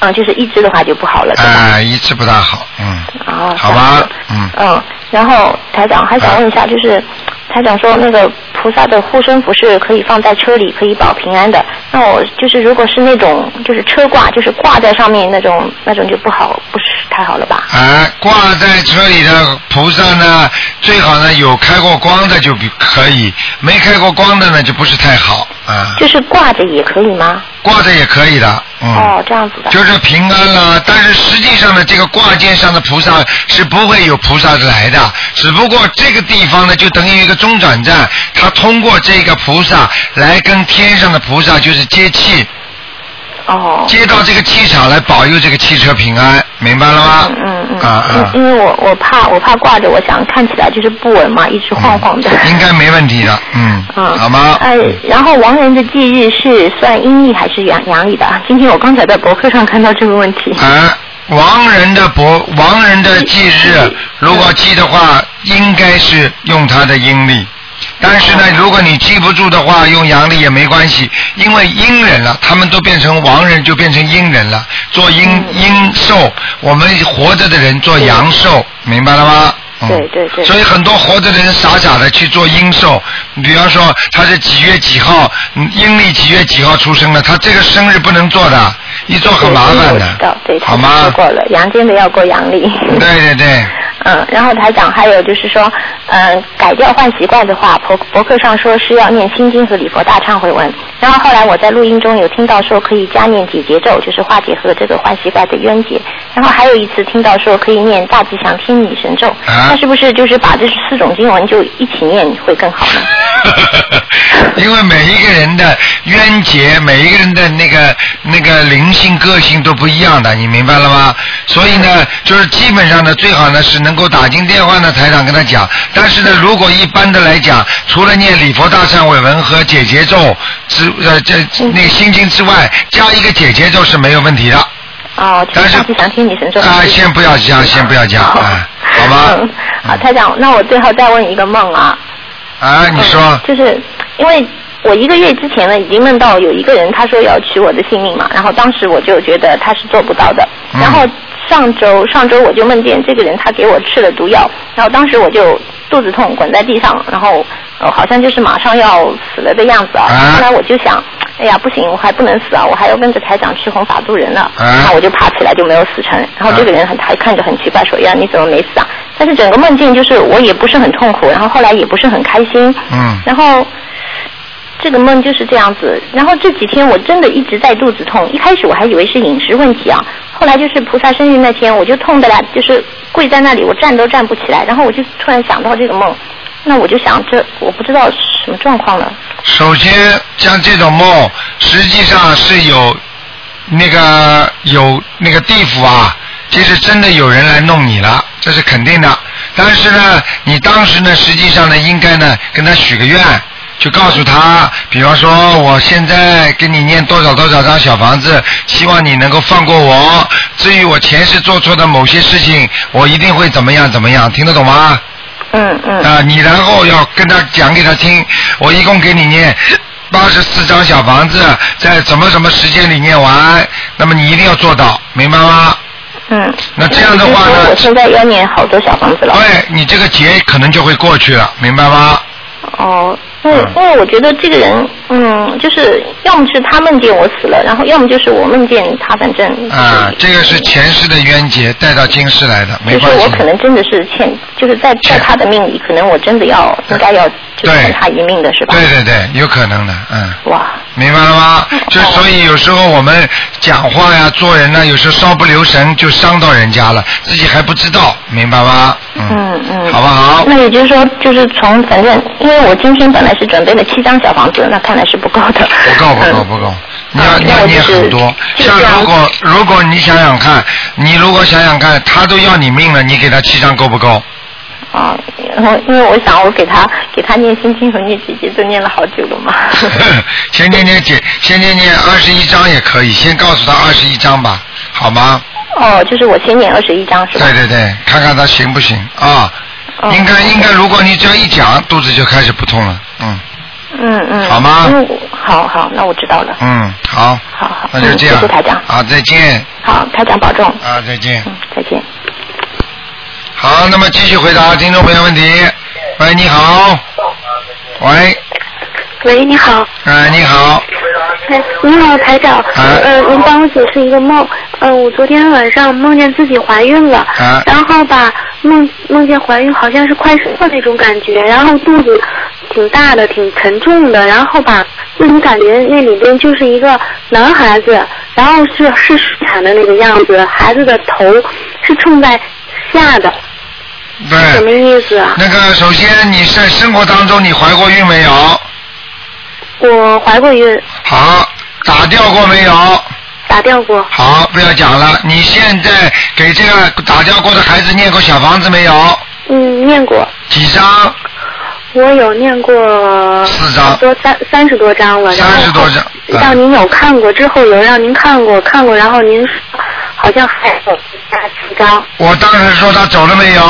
嗯，就是一支的话就不好了，对吧？
哎、一支不大好，嗯，
哦，
好
这
吧
样子，
嗯，
嗯，然后台长还想问一下，就是台长说那个菩萨的护身符是可以放在车里，可以保平安的。那我就是如果是那种就是车挂，就是挂在上面那种，那种就不好，不是太好了吧？
哎、挂在车里的菩萨呢，最好呢有开过光的就比可以，没开过光的呢就不是太好啊、
就是挂着也可以吗？
挂着也可以的，嗯。
哦，这样子的。
就是平安啦，但是实际上呢，这个挂件上的菩萨是不会有菩萨来的，只不过这个地方呢，就等于一个中转站，他通过这个菩萨来跟天上的菩萨就是接气，
哦。
接到这个气场来保佑这个汽车平安，明白了吗？
嗯嗯
啊
嗯
啊，
因，因为我我怕我怕挂着，我想看起来就是不稳嘛，一直晃晃的。
应该没问题的，嗯，
嗯，
好吗？
哎，然后亡人的忌日是算阴历还是阳阳历的啊？今天我刚才在博客上看到这个问题。
啊，亡人的博，亡人的忌
嗯
日，如果记的话，应该是用他的阴历。但是
哦
呢，如果你记不住的话，用阳历也没关系，因为阴人了，他们都变成亡人，就变成阴人了，做阴
嗯
阴寿。我们活着的人做阳寿，明白了吗？嗯
对对对
所以很多活着的人傻傻的去做阴寿，比方说他是几月几号，嗯阴历几月几号出生的，他这个生日不能做的，一做很麻
对
烦
我知道
的，，
对，
好
他说
吗？
过了，阳间的要过阳历。
对对 对，
嗯，然后台长还有就是说，嗯、改掉坏习惯的话，博博客上说是要念心经和礼佛大忏悔文。然后后来我在录音中有听到说可以加念解结咒，就是化解和这个坏习惯的冤结。然后还有一次听到说可以念大吉祥天女神咒，
啊
那是不是就是把这四种经文就一起念会更好呢？
因为每一个人的冤结，每一个人的那个那个灵性、个性都不一样的，你明白了吗？所以呢，就是基本上呢，最好呢是能够打进电话呢，台长跟他讲。但是呢，如果一般的来讲，除了念礼佛大忏悔文和解结咒之呃这那个心经之外，加一个解结咒是没有问题的。
哦，就
但是
大吉祥天女神咒。
啊，先不要讲，先不要讲啊，好吗
嗯？好，台长，那我最后再问一个梦啊。
啊，你说。
嗯就是因为我一个月之前呢，已经梦到有一个人，他说要取我的性命嘛，然后当时我就觉得他是做不到的。
嗯
然后上周上周我就梦见这个人，他给我吃了毒药，然后当时我就肚子痛，滚在地上，然后、呃、好像就是马上要死了的样子啊。
啊
后来我就想，哎呀，不行，我还不能死啊，我还要跟着台长去弘法度人呢。
啊
然后我就爬起来就没有死成，然哎后这个人很还看着很奇怪，说呀你怎么没死啊？但是整个梦境就是我也不是很痛苦，然后后来也不是很开心，
嗯
然后这个梦就是这样子。然后这几天我真的一直在肚子痛，一开始我还以为是饮食问题啊，后来就是菩萨生日那天，我就痛的啦，就是跪在那里，我站都站不起来。然后我就突然想到这个梦，那我就想这我不知道什么状况了。
首先，像这种梦，实际上是有那个有那个地府啊，就是真的有人来弄你了，这是肯定的。但是呢，你当时呢，实际上呢，应该呢跟他许个愿，就告诉他，比方说我现在给你念多少多少张小房子，希望你能够放过我。至于我前世做错的某些事情，我一定会怎么样怎么样，听得懂吗？
嗯嗯。
啊，你然后要跟他讲给他听，我一共给你念八十四张小房子，在什么什么时间里念完，那么你一定要做到，明白吗？
嗯。
那这样的话
就是
呢
说我现在要念好多小房子了。
对你这个劫可能就会过去了，明白吗？
哦，因为
嗯
因为我觉得这个人，嗯，就是要么是他梦见我死了，然后要么就是我梦见他，反正
啊，这个是前世的冤结带到今世来的，没
就是
关
我
系。
可能真的是欠，就是在在他的命里，可能我真的要应该要就是欠他一命的是吧？
对对对，有可能的，嗯。
哇，
明白了吗？
嗯
就所以有时候我们讲话呀、做人呢，有时候稍不留神就伤到人家了，自己还不知道，明白吗？
嗯嗯，
好不好？
那也就是说，就是从反正，因为我今天本来是准备了七张小房子，那看来是不够的。嗯
不够不够不够，你要你要念很多。像如果如果你想想看，你如果想想看，他都要你命了，你给他七张够不 够？
啊，然后因为我想，我给他给他念心经和念姐姐都念了好久 了嘛。
先念念姐，先念念二十一章也可以，先告诉他二十一章吧，好吗？
哦，就是我先念二十一张是吧？哦
对对对，看看他行不行啊？应该应该，如果你只要一讲，肚子就开始不痛了，嗯
嗯嗯。
好吗
因为我好好，那我知道了。
嗯，好，
好好，
那就
嗯
这样，
谢谢台长。
好，再见
好，台长保重。嗯
啊，再见。
再见。
好，那么继续回答听众朋友问题。喂，你好。喂，
喂，你好，
哎、你好，
哎，你好，台长，呃，您帮我解释一个梦，呃，我昨天晚上梦见自己怀孕了，
啊
然后吧，梦梦见怀孕好像是快射那种感觉，然后肚子挺大的，挺沉重的，然后吧，那种感觉那里边就是一个男孩子，然后是是顺产的那个样子，孩子的头是冲在下的，
对，
什么意思啊？
那个首先你在生活当中你怀过孕没有？
我怀过孕，
好，打掉过没有？
打掉过，
好，不要讲了。你现在给这个打掉过的孩子念过小房子没有？
嗯，念过。
几张？
我有念过
四张
多三三十多张了，
三十多张。啊嗯
然后让您有看过之后有让您看过看过，然后您好像还有加几张，
我当时说他走了没有？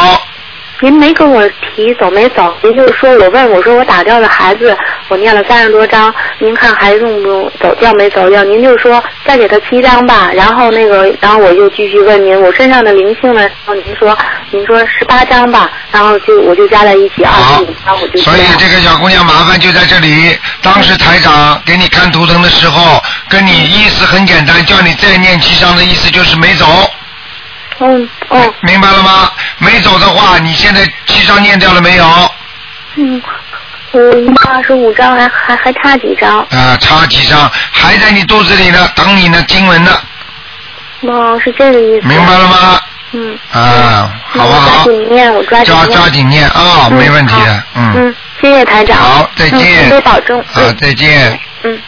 您没跟我提走没走，您就是说我问我说我打掉的孩子，我念了三十多张，您看还用不用走掉没走掉？您就说再给他七张吧，然后那个然后我又继续问您我身上的灵性呢，然后您说您说十八张吧，然后就我就加在一起二十五张，我就
所以这个小姑娘麻烦就在这里。当时台长给你看图腾的时候，跟你意思很简单，叫你再念七章的意思就是没走。
嗯哦，
明白了吗？没走的话，你现在七章念掉了没有？
嗯，我二十五张还还还差几张？
啊，差几张还在你肚子里呢，等你呢，经文呢，
哦，是这个意思。
明白了吗？
嗯，
啊，好不
抓
好？
紧念，我抓紧
抓
念。
抓紧念啊、
嗯
没问题的，嗯。
嗯，谢谢台长。
好，再见。
嗯多保重。
啊，再见。
嗯。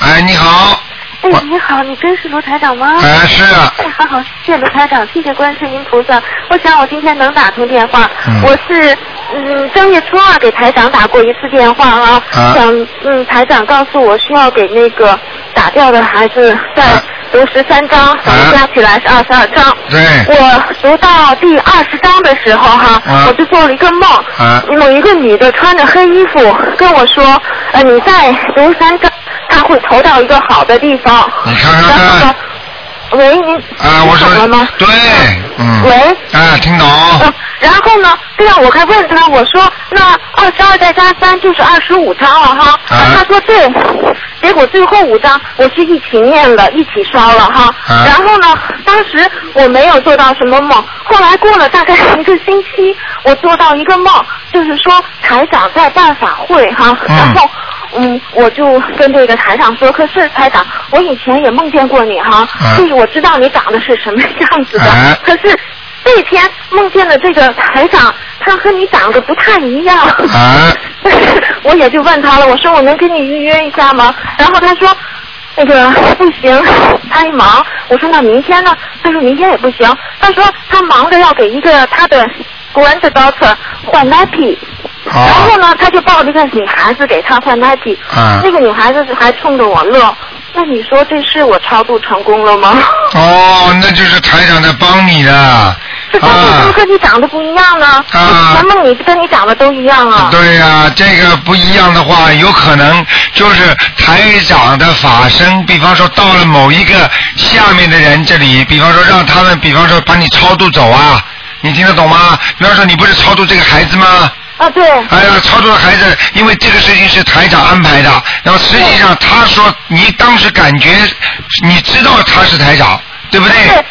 哎，你好，
哎，你好，你真是卢台长吗？
哎是啊
哎，好好，谢谢卢台长，谢谢观世音菩萨。我想我今天能打通电话，
嗯
我是嗯正月初二给台长打过一次电话啊，
啊
想嗯台长告诉我需要给那个打掉的孩子再
啊
读十三章，咱们加起来是二十二章。
对
嗯
我读到第二十章的时候哈、
啊
我就做了一个梦，
啊
有一个女的穿着黑衣服跟我说，呃，你再读三章，她会投到一个好的地方。
你看看
然后
看
嗯
呢，喂，你
啊，哎我说
听懂了吗？
对，嗯。
喂。
啊，听懂。
嗯， 然后呢？对呀，我还问他，我说那二十二再加三就是二十五张了哈。他说对，结果最后五张我是一起念了，一起烧了哈。
啊
然后呢，当时我没有做到什么梦，后来过了大概一个星期，我做到一个梦，
就是说台长在办法会哈，然后嗯，我就跟这个台长说，可是台长，我以前也梦见过你哈，就是我知道你长得是什么样子的，可是这天梦见了这个台长，他和你长得不太一样。
啊
我也就问他了，我说我能跟你预约一下吗？然后他说。那个不行，他一忙。我说那明天呢？他说明天也不行。他说他忙着要给一个他的 granddaughter 换 nappy，、然
哦
后呢，他就抱着一个女孩子给他换 nappy，、
嗯
那个女孩子还冲着我乐。那你说这是我超度成功了吗？
哦，那就是台长在帮你的。 啊
这跟我是不是跟你长得不一样呢？啊、以前梦里跟你长得都一样啊。
对呀、这个不一样的话，有可能就是台长的法身，比方说到了某一个下面的人这里，比方说让他们，比方说把你超度走啊，你听得懂吗？比方说你不是超度这个孩子吗？
啊，对。
哎呀，超度的孩子，因为这个事情是台长安排的，然后实际上他说你当时感觉，你知道他是台长，对不对？
对。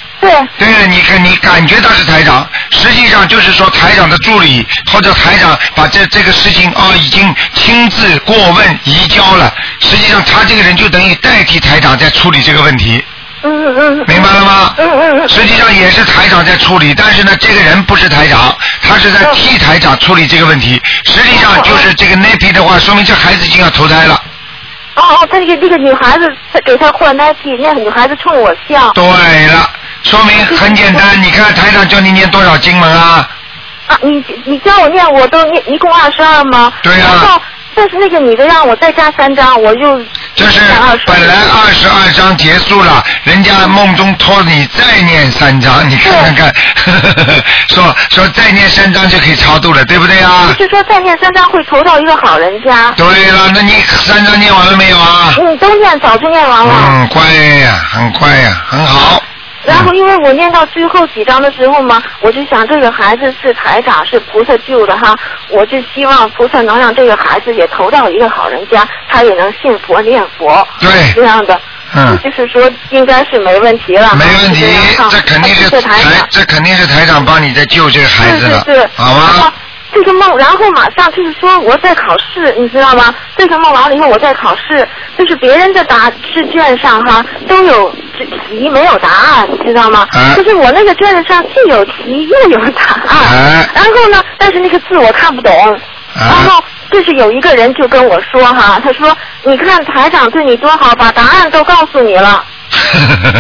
对了，你看，你感觉他是台长，实际上就是说台长的助理或者台长把这这个事情啊、已经亲自过问移交了，实际上他这个人就等于代替台长在处理这个问题。
嗯 嗯，
明白了吗？嗯嗯，实际上也是台长在处理，但是呢，这个人不是台长，他是在替台长处理这个问题。实际上就是这个 n a p y 的话，说明这孩子已经要投胎了。
哦哦，他那个那个女孩子给他换 nappy，那个女孩子冲我笑。
对了，说明很简 单。你看台长叫你念多少经文啊？
啊，你你教我念，我都念一共二十二吗？对啊呀、然后但是那个女的让我再加三张，我就
就是本来二十二章结束了，人家梦中托你再念三章，你看看看， 说说再念三章就可以超度了，对不对啊？
就说再念三张会投到一个好人 家。
对了，那你三张念完了没有啊？
嗯，都念，早就念完了。
嗯，乖呀、很乖呀、很好。
然后因为我念到最后几章的时候嘛，我就想这个孩子是台长是菩萨救的哈，我就希望菩萨能让这个孩子也投到一个好人家，他也能信佛念佛，
对，
这样的。
嗯
就是说应该是没问题了。
没问题
就样哈，
这肯定是
嗯谢谢台
台
长，
这肯定是台长帮你在救这个孩
是
子了
是是，，
好
然
吗
后？这个梦，然后马上就是说我在考试，你知道吗？这个梦完了以后我在考试，就是别人的答试卷上哈都有题没有答案，你知道吗？
啊
就是我那个卷子上既有题又有答
啊
案，然后呢，但是那个字我看不懂。 然后就是有一个人就跟我说哈，他说你看台长对你多好，把答案都告诉你了。啊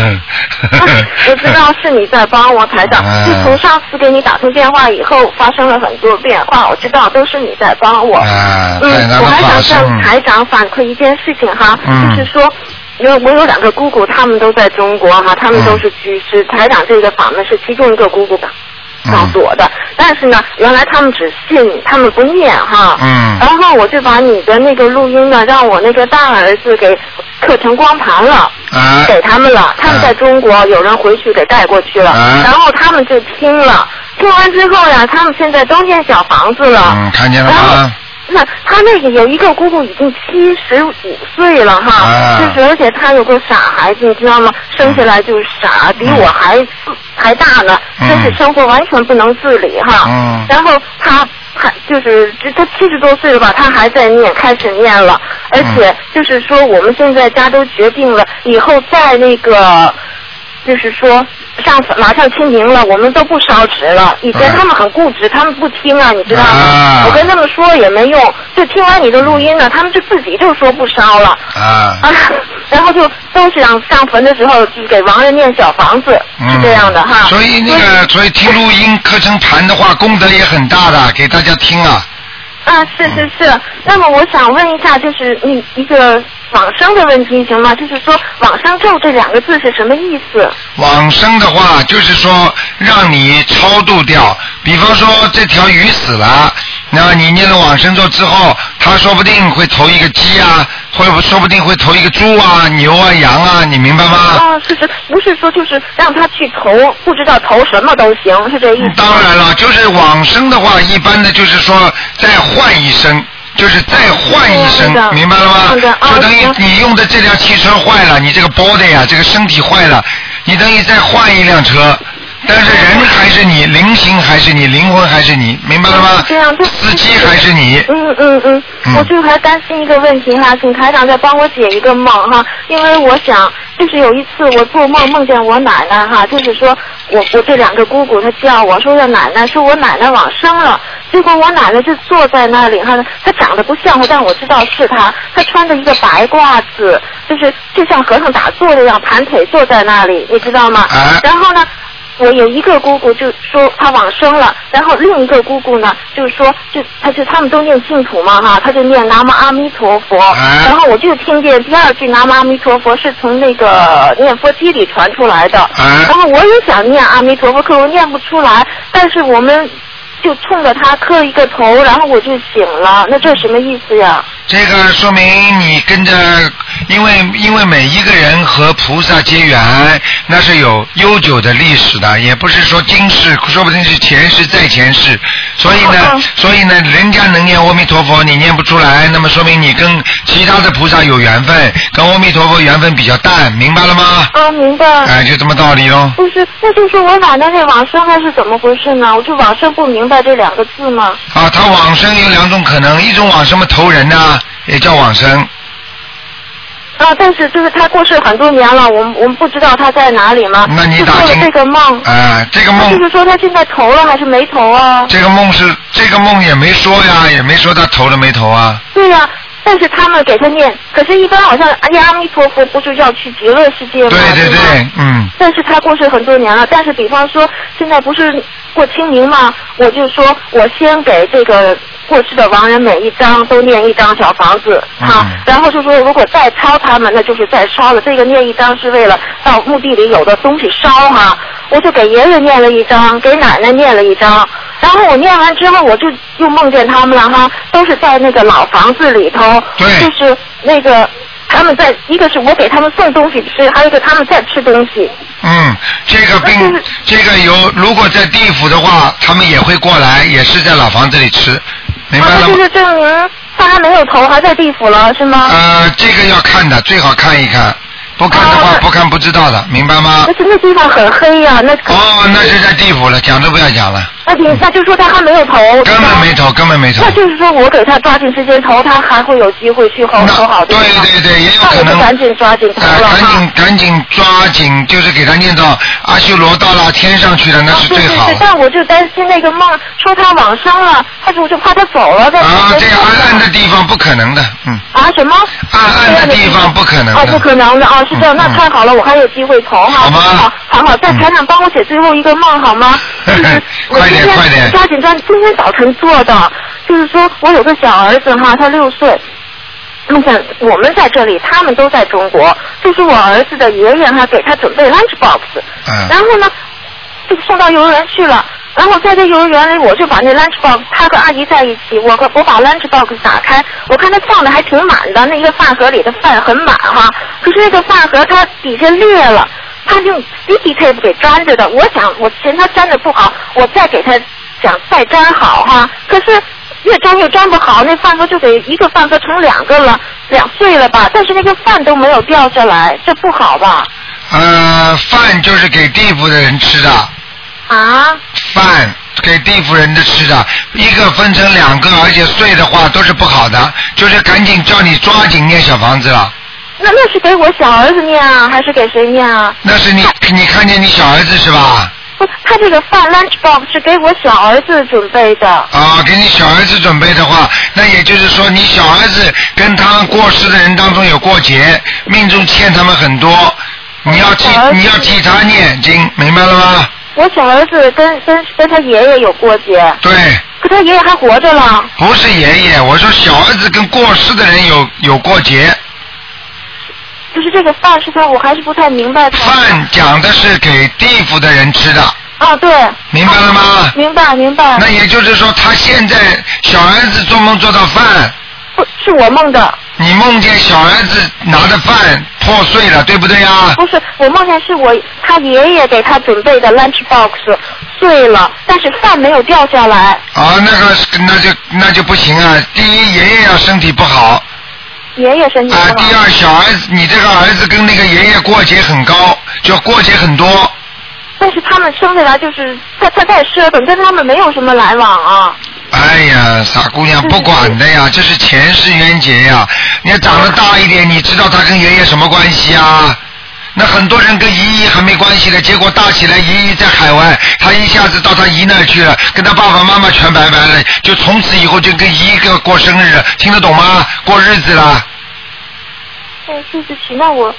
我知道是你在帮我，台长。
嗯
自从上次给你打通电话以后，发生了很多变化，我知道都是你在帮我。
啊，
嗯
台，长
我
的
还
法身，
想向台长反馈一件事情哈，
嗯
就是说。因为我有两个姑姑，他们都在中国哈，他们
嗯
都是居士。台长这个法门是其中一个姑姑告
嗯
告诉我的，但是呢，原来他们只信，他们不念哈。
嗯
然后我就把你的那个录音呢，让我那个大儿子给刻成光盘了。
啊
给他们了，他们在中
哎
国有人回去给带过去了，然后他们就听了，听完之后呀，他们现在都建小房子了。
嗯，看见了
啊
吗？
那他那个有一个姑姑已经七十五岁了哈，
啊
就是而且他有个傻孩子，你知道吗？生下来就是傻，比我还、还大呢，
嗯
真是生活完全不能自理哈。
嗯
然后他还就是这他七十多岁了吧，他还在念，开始念了，而且
嗯
就是说我们现在家都决定了，以后在那个。就是说，上次马上清明了，我们都不烧纸了。以
嗯
前他们很固执，他们不听啊，你知道吗？我跟他们说也没用，就听完你的录音呢，他们就自己就说不烧了。
啊，
啊，然后就都是想上坟的时候，就是给亡人念小房子，是
嗯，
这样的哈。
所以那个，所以听录音课程盘的话，功德也很大的，给大家听啊。
啊，是是是。那么我想问一下，就是你一个往生的问题行吗？就是说往生咒这两个字是什么意思？
往生的话，就是说让你超度掉。比方说这条鱼死了，那你念了往生咒之后，它说不定会投一个鸡啊，或者说不定会投一个猪啊、牛啊、羊啊，你明白吗？
啊，是是，不是说就是让他去投，不知道投什么都行，是这意思吗？
当然了，就是往生的话，一般的就是说再换一生。就是再换一生，明白了吗？就等于你用的这辆汽车坏了，你这个 body 啊，这个身体坏了，你等于再换一辆车，但是人还是你，灵性还是你，灵魂还是你，明白了吗？
这样，这
司机还是你。
嗯嗯嗯，我就还担心一个问题哈，请台长再帮我解一个梦哈，因为我想，就是有一次我做梦梦见我奶奶哈，就是说我我这两个姑姑她叫我说要奶奶，说我奶奶往生了，结果我奶奶就坐在那里哈，她长得不像她，但我知道是她，她穿着一个白褂子，就是就像和尚打坐那样盘腿坐在那里，你知道吗？
啊
然后呢？我有一个姑姑就说她往生了，然后另一个姑姑呢，就是说就她就他们都念净土嘛哈，她就念南无阿弥陀佛，然后我就听见第二句南无阿弥陀佛是从那个念佛机里传出来
啊
的，然后我也想念阿弥陀佛，可我念不出来，但是我们就冲着他磕一个头，然后我就醒了，那这什么意思呀？
这个说明你跟着，因为因为每一个人和菩萨结缘，那是有悠久的历史的，也不是说今世，说不定是前世再前世。所以呢，所以呢，人家能念阿弥陀佛，你念不出来，那么说明你跟其他的菩萨有缘分，跟阿弥陀佛缘分比较淡，明白了吗？
啊，明白。
哎，就这么道理喽。
不是，那就是我奶奶那往生还是怎么回事呢？我就往生不明白这两个字吗？
啊，他往生有两种可能，一种往生嘛投人呐、也叫往生。
啊，但是就是他过世很多年了，我们我们不知道他在哪里吗？
那你
啊就
打
做了
听
这个梦，
啊，这个
就
梦，
是说他现在投了还是没投啊？
这个梦是这个梦也没说呀，也没说他投了没投啊。
对呀、但是他们给他念，可是一般好像哎呀阿弥陀佛不就要去极乐世界吗？对对对，
嗯。
但是他过世很多年了，但是比方说现在不是过清明嘛，我就说我先给这个过世的亡人每一张都念一张小房子哈、然后就说如果再抄他们，那就是再烧了。这个念一张是为了到墓地里有的东西烧哈、我就给爷爷念了一张，给奶奶念了一张，然后我念完之后，我就又梦见他们了哈，都是在那个老房子里头，就是那个他们在，一个是我给他们送东西吃，还有一个他们在吃东西。
嗯，这个病，这个有，如果在地府的话，他们也会过来，也是在老房子里吃，明白
啊
了
那
吗？
就是啊证明他还没有投，还在地府了，是吗？
呃，这个要看的，最好看一看，不看的话，不看不知道的，明白吗？
啊那是那地方很黑呀、那
哦，那是在地府了，讲都不要讲了，
那你那就说他还没有投，根本
没投，根本没投。
那就是说我给他抓紧时间投，他还会有机会去投投好的。对对
对，也有可啊
能。赶紧抓紧投 了
呃赶
哈。
紧赶紧抓紧，就是给他念到阿修罗到了天上去了，那是
啊对
最
对
好
对，。但我就担心那个梦说他往生了，但是我就怕他走了。啊，这样
暗暗的地方不可能的，嗯，
啊什么？
暗暗的地方不可能
哦，不
的。
可能的啊，是这样，那太好了，我还有机会投哈。好吗？好，好好，在台长帮我写最后一个梦好吗？
快点快点，
抓紧抓紧，今天早晨做的，就是说我有个小儿子哈，他六岁。梦见我们在这里，他们都在中国。这是我儿子的爷爷哈，给他准备 lunch box，、
嗯
然后呢，就送到幼儿园去了。然后在这幼儿园里，我就把那 lunch box，他和阿姨在一起，我我把 lunch box 打开，我看他放的还挺满的，那一个饭盒里的饭很满哈，可是那个饭盒它底下裂了，他用 sticky tape 给粘着的。我想我嫌他粘的不好，我再给他想再粘好哈，可是越粘越粘不好，那饭盒就给一个饭盒成两个了，两碎了吧？但是那个饭都没有掉下来，这不好吧？
呃，饭就是给地府的人吃的，
啊？
饭给地府人的吃的，一个分成两个，而且碎的话都是不好的，就是赶紧叫你抓紧念小房子了。
那那是给我小儿子念啊，还是给谁念啊？
那是你你看见你小儿子是吧？
不，他这个饭 lunch box 是给我小儿子准备的。
啊，给你小儿子准备的话，那也就是说你小儿子跟他过世的人当中有过节，命中欠他们很多，你要替你要替他念经，明白了吗？
我小儿子跟跟跟他爷爷有过节，
对，
可他爷爷还活着了。
不是爷爷，我说小儿子跟过世的人有有过节，
就是这个饭是他，我还是不太明白他。
饭讲的是给地府的人吃的，
啊，对。
明白了吗？
明白明白。
那也就是说他现在小儿子做梦做到饭，
不是我梦的。
你梦见小儿子拿着饭破碎了，对不对呀、
不是，我梦见是我他爷爷给他准备的 lunch box 碎了，但是饭没有掉下来。
啊，那个是那就那就不行啊！第一，爷爷要身体不好；
爷爷身体
啊，第二，小儿子，你这个儿子跟那个爷爷过节很高，就过节很多。
但是他们生下来就是他他太奢侈，跟他们没有什么来往啊。
哎呀，傻姑娘不管的呀，这是前世冤结呀。你要长得大一点，你知道他跟爷爷什么关系啊？那很多人跟姨姨还没关系的，结果大起来，姨姨在海外，他一下子到他姨那儿去了，跟他爸爸妈妈全拜拜了，就从此以后就跟姨个过生日了，听得懂吗？过日子了。
对，哎对不起，那我，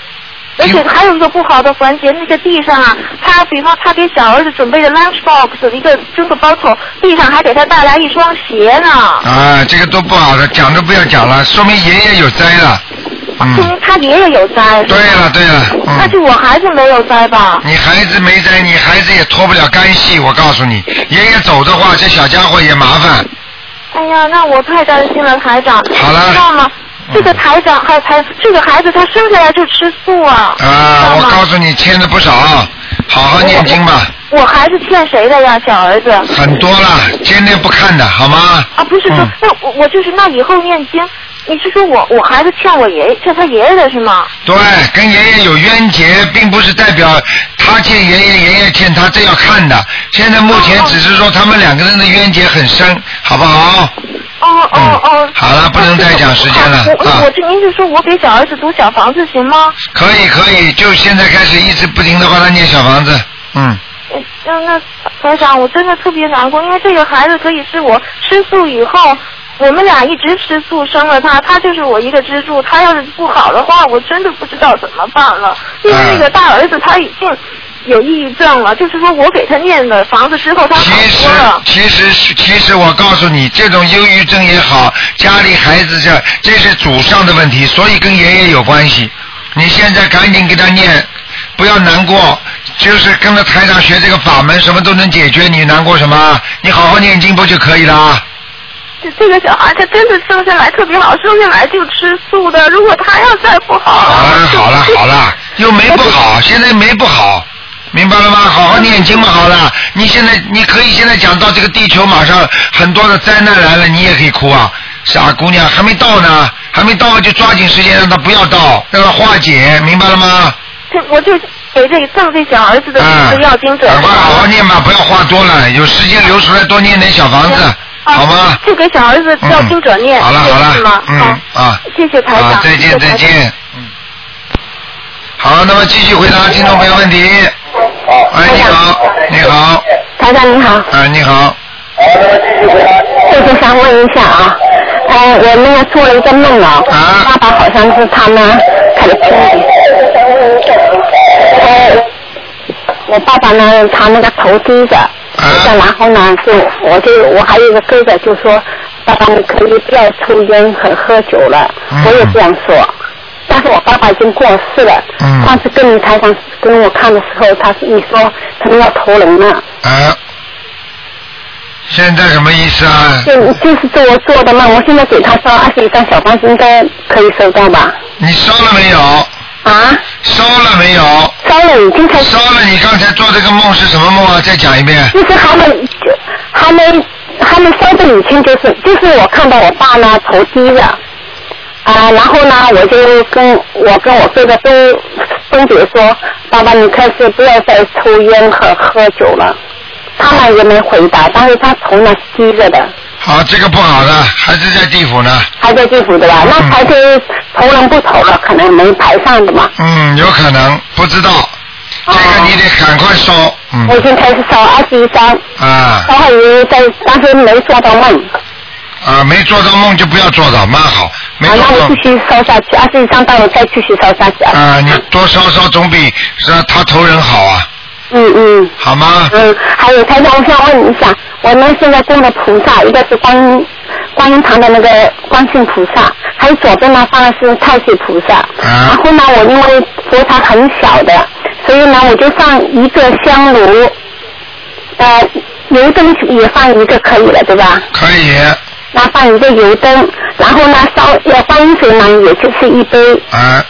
而且还有一个不好的环节，那个地上啊，他比方他给小儿子准备的 lunch box 一个蒸个包头，地上还给他带来一双鞋呢。
啊，这个都不好了，讲都不要讲了，说明爷爷有灾了。嗯
说明嗯他爷爷有灾。
对了对了，嗯，
但是我孩子没有灾吧？
你孩子没灾，你孩子也脱不了干系。我告诉你，爷爷走的话，这小家伙也麻烦。啊
哎呀，那我太担心了，台长。
好了嗯
你知道吗？这个台长还有台，这个孩子他生下来就吃素啊。
啊，我告诉你，欠了不少，好好念经吧，
我孩子欠谁的呀，小儿子？
很多了，天天不看的好吗？
啊，不是说，
嗯
那我我就是那以后念经，你是说我我孩子欠我爷爷欠他爷爷的是吗？
对，跟爷爷有冤结，并不是代表他欠爷爷，爷爷欠他，这要看的。现在目前只是说他们两个人的冤结很深，好不好？
哦哦哦。
好了，嗯不能再讲时间了
我
啊
我。这您是说我给小儿子读小房子行吗？
可以可以，就现在开始一直不停的帮他念小房子，嗯，
呃那那台长，我真的特别难过，因为这个孩子可以是我吃素以后，我们俩一直吃素生了他，他就是我一个支柱。他要是不好的话，我真的不知道怎么办了。因为那
嗯
个大儿子他已经有抑郁症了，就是说我给他念的房子之后，他好多了。
其实是，其实我告诉你，这种忧郁症也好，家里孩子这这是祖上的问题，所以跟爷爷有关系。你现在赶紧给他念，不要难过，就是跟着台长学这个法门，什么都能解决。你难过什么？你好好念经不就可以啦？
这这个小孩他真的生下来特别好，生下来就吃素的。如果他要再不好，
好了好了好了，又没不好，现在没不好，明白了吗？好好念经嘛，好了。你现在你可以现在讲到这个地球马上很多的灾难来了，你也可以哭啊。傻姑娘还没到呢，还没到就抓紧时间让它不要到，让它化解，明白了吗？啊
这我就给这赠这小儿子的这个要经者。
赶快嗯好好念吧，不要话多了，有时间留出来多念点小房子，好吗？
啊就给小儿子要经者念，
好了
这
好
个
了
是吗？，
嗯啊，
谢谢台
好
长，
再
谢谢
见再
台长
见，嗯。好，那么继续回答听众朋友问题。哎，你好，你好，
台长你好，
啊，你好，
这就想问一下啊，呃，我那个做了一个梦啊，爸爸好像是他呢，看得清一点，呃，我爸爸呢，他那个头低着，
啊
低着然后呢，就我就我还有一个哥哥就说，爸爸你可以不要抽烟和喝酒了，我也这样说。但是我爸爸已经过世了。
嗯
上次跟你台上跟我看的时候，他你说他们要投人了。
啊，现在什么意思啊？
就就是做我做的嘛，我现在给他烧二十一张小房子，应该可以收到吧？
你烧了没有？
啊？
烧了没有？
烧了，已经才
烧了。你刚才做这个梦是什么梦啊？再讲一遍。
就是还没就还没还没烧的以前，就是就是我看到我爸呢头低着，啊、然后呢我就跟我跟我哥哥都分别说，爸爸你开始不要再抽烟和喝酒了。他呢也没回答，但是他头呢是低着的，
好，这个不好的，还是在地府呢。
还在地府对
嗯
吧？那他就投人不投了，可能没排上的嘛。
嗯，有可能，不知道。这个你得赶快烧，嗯
哦我已经开始烧二十一张，
啊
然后也在，但是没做到梦，
啊，没做到梦就不要做到，蛮好。没
啊，
做
那
到
我继续烧下去，二十一张，但我再继续烧下去啊。
啊，你多烧烧总比让他投人好啊，
嗯嗯。
好吗？
嗯，还有台长，我想问一下，我们现在供的菩萨，一个是观音观音堂的那个观世音菩萨，还有左边呢放的是太岁菩萨。然
啊
后呢，我因为佛堂很小的，所以呢，我就放一个香炉，呃，油灯也放一个可以了，对吧？
可以。啊
那放一个油灯，然后呢，烧呃观音水呢，也就是一杯。
啊。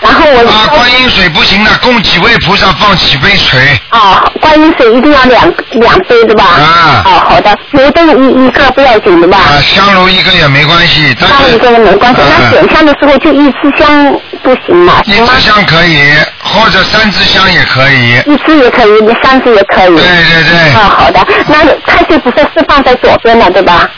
然后我
啊，观音水不行的，供几位菩萨放几杯水。
哦，观音水一定要两两杯对吧？啊。哦，好的，油灯一一个不要紧的吧？
啊，香炉一个也没关系，但
香炉一个也没关系，那点香的时候就一支香不行嘛？
一支香可以，或者三支香也可以。
一支也可以，三支也可以。对
对对。
哦，好的，那太岁菩萨是放在左边的对吧？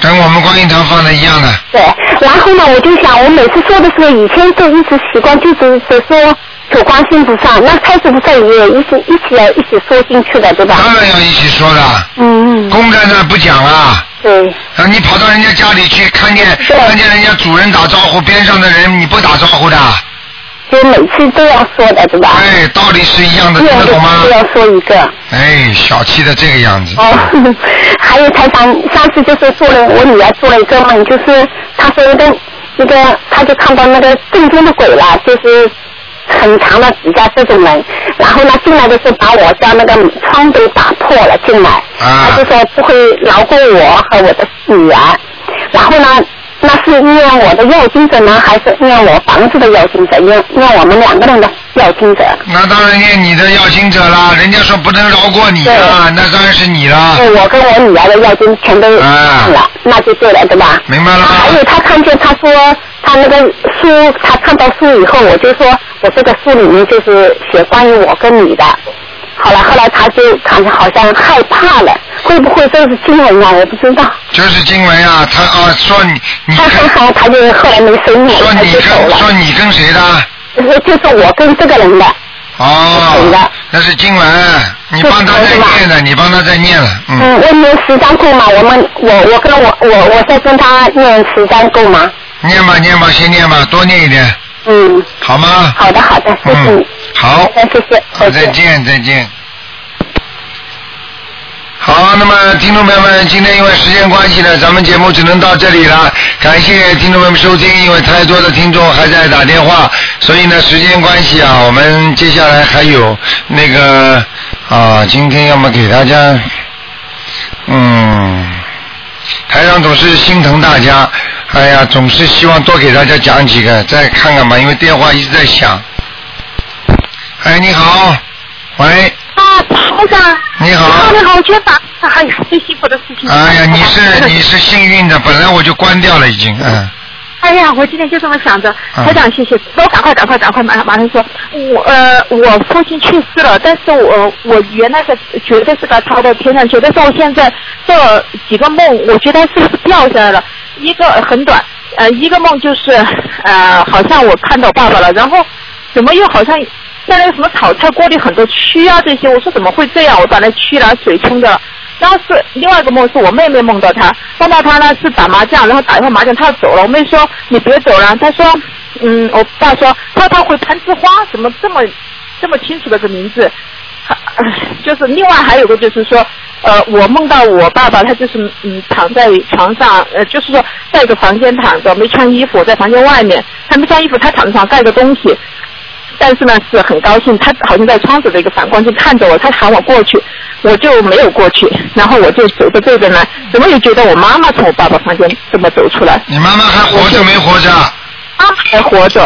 跟我们观音堂放的一样的。
对，然后呢，我就想，我每次说的时候，以前就一直习惯，就是只说走观心菩萨，那开始菩萨也一起一起来一起说进去的，对吧？
当然要一起说的。
嗯嗯。
公在那不讲啊。
对。
啊，你跑到人家家里去，看见看见人家主人打招呼，边上的人你不打招呼的。
就每次都要说的，对吧？
哎，道理是一样的，听得懂吗？
都要说一个。
哎，小气的这个样子。
哦，呵呵 还有台长，上次就是做了我女儿做了一个梦，就是她说一个一个，她就看到那个正呃宗的鬼了，就是很长的指甲这种人，然后呢进来的时候把我家那个窗都打破了进来，
啊、
她就说不会饶过我和我的女儿，然后呢。那是念我的药经者呢，还是念我房子的药经者？念念我们两个人的药经者？
那当然念你的药经者啦，人家说不能饶过你啊，那当然是你啦。啊
对，哎我跟我女儿的药经全都看了，那就对了，对吧？
明白了吗？
还有他看见他说他那个书，他看到书以后，我就说我这个书里面就是写关于我跟你的。好了，后来他就感觉好像害怕了，会不会这是经文啊？我不 知道。
就是经文啊，他啊说你你
他很好，他就后来没生念，
说你跟说你跟谁的？
就是我跟这个人的。
哦，那是经文，你帮他在念的，你帮他在念了，嗯。嗯，
我念十张够吗？我们我我跟我我我在跟他念十张够吗？
念吧念吧，先念吧，多念一点。
嗯，
好吗？
好的，好的，谢谢你。嗯、
好，
谢谢，
好，再见，再见。好，那么听众朋友们，今天因为时间关系呢，咱们节目只能到这里了。感谢听众朋友们收听，因为太多的听众还在打电话，所以呢，时间关系啊，我们接下来还有那个啊，今天要么给大家，嗯，台长总是心疼大家。哎呀，总是希望多给大家讲几个，再看看吧，因为电话一直在响。哎，你好，喂。
啊，台长。
你好。
你好，你好，打，哎呀，最辛苦的事情。
哎呀，你是你是幸运的，本来我就关掉了已经，嗯。
哎呀，我今天就这么想着，台长，谢谢，我赶快，赶快，赶快，马上，马上说，我呃，我父亲去世了，但是我我原来的绝对是个他的天上去，但是我现在做了几个梦，我觉得是不是掉下来了？一个很短，呃，一个梦就是呃，好像我看到爸爸了，然后怎么又好像在那个什么炒菜锅里很多蛆啊这些，我说怎么会这样？我把那蛆拿水冲掉了。然后是另外一个梦，是我妹妹梦到他，梦到他呢是打麻将，然后打一会麻将，他走了。我妹说你别走了，他说嗯，我爸说他他会攀枝花，怎么这么这么清楚的个名字？ 就是另外还有个就是说，呃，我梦到我爸爸，他就是嗯躺在床上，呃，就是说在一个房间躺着，没穿衣服，在房间外面，他没穿衣服，他躺上盖个东西，但是呢是很高兴，他好像在窗子的一个反光镜看着我，他喊我过去，我就没有过去，然后我就走着走着呢，怎么也觉得我妈妈从我爸爸房间这么走出来？
你妈妈还活着没活着？
啊，还活着。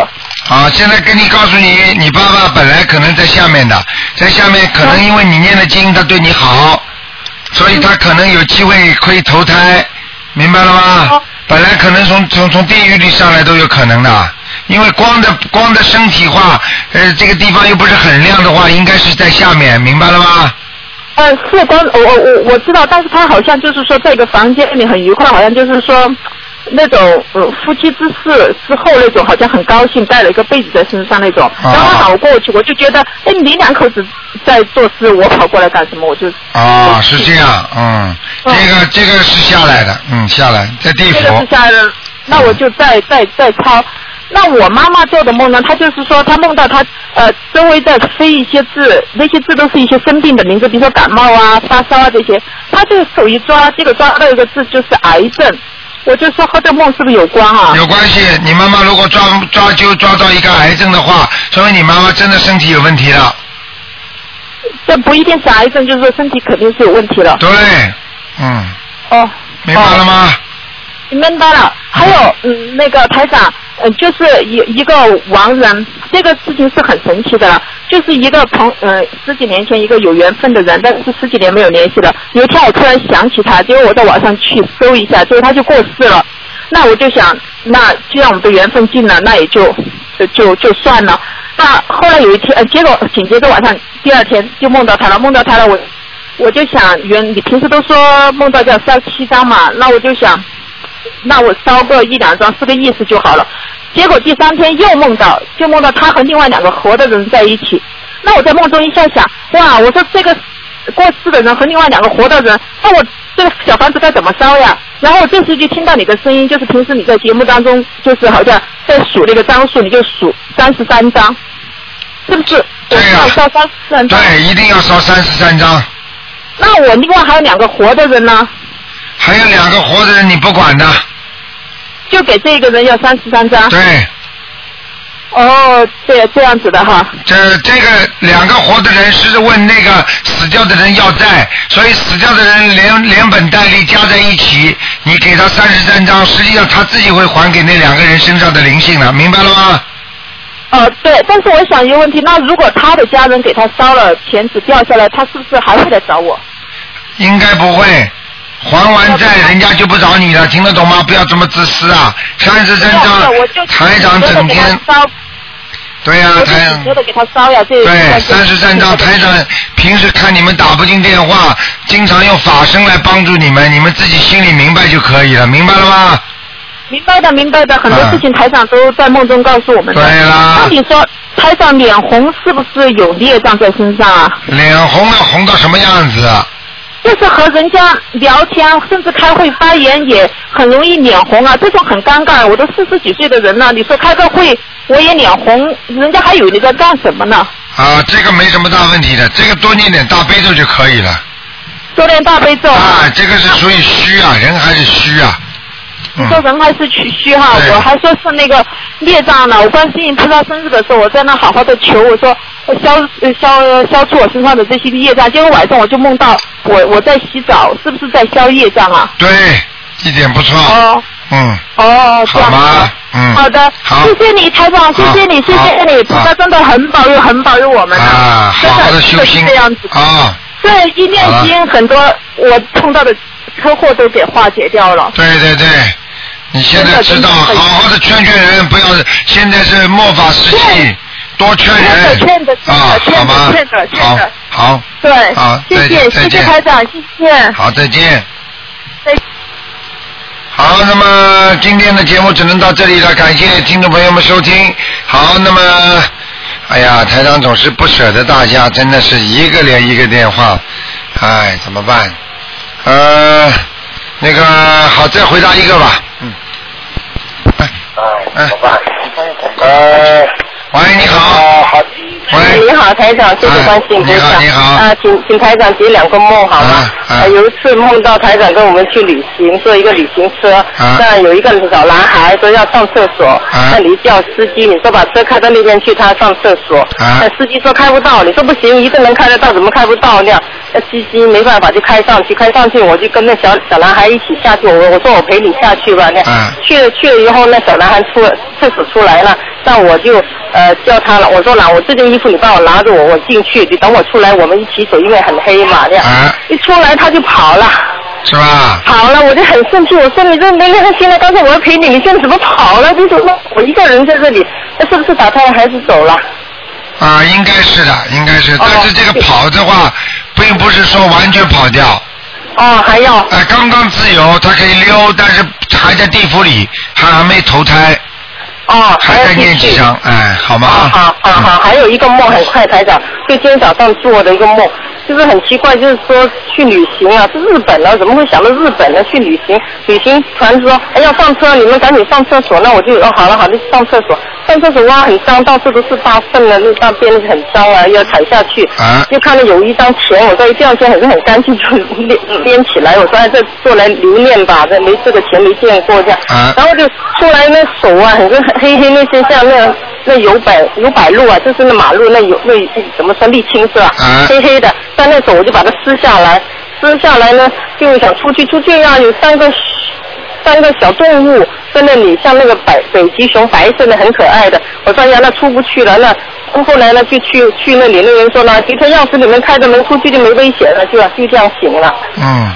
啊，现在跟你告诉你，你爸爸本来可能在下面的，在下面可能因为你念的经，他对你好，所以他可能有机会可以投胎，明白了吗？本来可能从从从地狱里上来都有可能的，因为光的光的身体化，呃，这个地方又不是很亮的话，应该是在下面，明白了吗？
呃，是，但我我我我知道，但是他好像就是说在一个房间里很愉快，好像就是说。那种呃夫妻之事之后那种，好像很高兴，带了一个被子在身上那种。然后
啊
他跑过去，我就觉得，哎，你两口子在做事，我跑过来干什么？我就
啊，是这样，嗯，这个这个是下来的，嗯，下来在地府。
这个是下来的，那我就再再再抄。那我妈妈做的梦呢？她就是说，她梦到她呃周围在飞一些字，那些字都是一些生病的名字，比如说感冒啊、发烧啊这些。她就手一抓，结果抓到一个字就是癌症。我就说和这梦是不是有关啊？
有关系，你妈妈如果抓抓就抓到一个癌症的话，说明你妈妈真的身体有问题了。
这不一定是癌症，就是说身体肯定是有问题了。
对，嗯。
哦。
明白了吗？
哦、明白了。还有，嗯，那个台长，
呃，就是一一个亡人，这个事情是很神奇的了，就是一个朋，呃，十几年前一个有缘分的人，但是十几年没有联系了。有一天我突然想起他，结果我到网上去搜一下，结果他就过世了。那我就想，那既然我们的缘分尽了，那也就呃就就算了。那后来有一天，呃，结果紧接着晚上第二天就梦到他了，梦到他了，我我就想，原你平时都说梦到叫烧七张嘛，那我就想，那我烧个一两张是个意思就好了。结果第三天又梦到，就梦到他和另外两个活的人在一起。那我在梦中一下想，哇，我说这个过世的人和另外两个活的人，那我这个小房子该怎么烧呀？然后这时就听到你的声音，就是平时你在节目当中，就是好像在数那个张数，你就数三十三张，是不是？对呀、要烧三十三张。
对，一定要烧三十三张。
那我另外还有两个活的人呢，
还有两个活的人你不管的，
啊
就给这个人要三十三张。
对。
哦，对，这样子的哈。
这这个两个活的人是问那个死掉的人要债，所以死掉的人连连本带利加在一起，你给他三十三张，实际上他自己会还给那两个人身上的灵性了，明白了吗？
呃，对，但是我想一个问题，那如果他的家人给他烧了钱纸掉下来，他是不是还会来找我？
应该不会，还完债人家就不找你了，听得懂吗？不要这么自私啊！三十三
对我
张，台长整天，
烧，
对呀、
我就
台长
紧。接着给他烧呀，这
对，三十三张台长平时看你们打不进电话，经常用法身来帮助你们，你们自己心里明白就可以了，明白了吗？
明白的，明白的，很多事情台长都在梦中告诉我们的。
对啊啦
那你说台长脸红是不是有孽障在身上啊？
脸红要红到什么样子啊？
就是和人家聊天，甚至开会发言也很容易脸红啊，这种很尴尬。我都四十几岁的人了，你说开个会我也脸红，人家还以为你在干什么呢？
啊，这个没什么大问题的，这个多念点大悲咒就可以了。
多念大悲咒啊！
啊，这个是属于虚啊，人还是虚啊。
你说人还是虚虚哈，我还说是那个孽障呢。我观世音菩萨生日的时候，我在那好好的求，我说我消呃消消除我身上的这些业障。结果晚上我就梦到我我在洗澡，是不是在消业障啊？
对，一点不错。
哦
嗯，
哦，这
好
样
吗？嗯。
好的，谢谢你，台长，谢谢你，谢谢你，菩萨真的很保佑，很保佑我们
啊，
真
好
的
好的修
真
心
的是这样子。
啊。
这一念经，很多我碰到的车祸都给化解掉了。
对对对，你现在知道，好好的劝劝人，不要现在是末法时期，多劝人
劝的，
啊，好吗
劝的，？劝
好
的，
好，
对，
好，
谢
再
谢，
见，
谢
再
谢
见，
台长，谢 谢。
好，再见
再。
好，那么今天的节目只能到这里了，感谢听众朋友们收听。好，那么，哎呀，台长总是不舍得大家，真的是一个连一个电话，哎，怎么办？呃，那个好，再回答一个吧，嗯。哎，哎，呃，喂，你哦好，好，喂，哎
你好，台长，谢谢关心，
你好，你好，
啊，请请台长解两个梦好吗？
啊
呃有一次梦到台长跟我们去旅行，坐一个旅行车，
啊
那有一个小男孩说要上厕所，那你叫司机，你说把车开到那边去，他上厕所，
啊
那司机说开不到，你说不行，一个人开得到，怎么开不到那样？那司机没办法就开上去，开上去我就跟那小小男孩一起下去，我我说我陪你下去吧，那样、
啊
去了去了以后，那小男孩出了厕所出来了，那我就呃叫他了，我说拿我这件衣服你帮我拿着我，我进去，你等我出来，我们一起走，因为很黑嘛，这样。
啊
一出来他就跑了，
是吧？
跑了，我就很生气，我说你这没良心了，刚才我要陪你，你现在怎么跑了？就是说我一个人在这里，那是不是打胎孩子走了？
啊，应该是的，应该
哦
是，但是这个跑的话，并不是说完全跑掉。
哦，还要。
哎，刚刚自由，他可以溜，但是还在地府里，还还没投胎。
哦，
还在念几张，哎，好吗？
好好好，还有一个梦很快，台长，就今天早上做的一个梦，就是很奇怪，就是说去旅行啊，是日本啊，怎么会想到日本呢？去旅行，旅行团说，哎要上车，你们赶紧上厕所，那我就哦好了好了，上厕所，上厕所哇很脏，到处都是大粪啊，那大便很脏啊，要踩下去，
啊
就看到有一张钱，我说第二天还是很干净，就拎拎起来，我说哎这做来留念吧，这没这个钱没见过这样，
啊
然后就出来那手啊，很多黑黑那些像那那油柏油柏路啊，就是那马路那油那怎么说沥青是吧？
啊
黑黑的，但那手我就把它撕下来，撕下来呢就想出去，出去啊有三个三个小动物在那里，像那个北北极熊白色的很可爱的，我说哎呀那出不去了，那后来呢就去去那里，那人说呢，集车钥匙里面开着门出去就没危险了，就就这样行了。
嗯，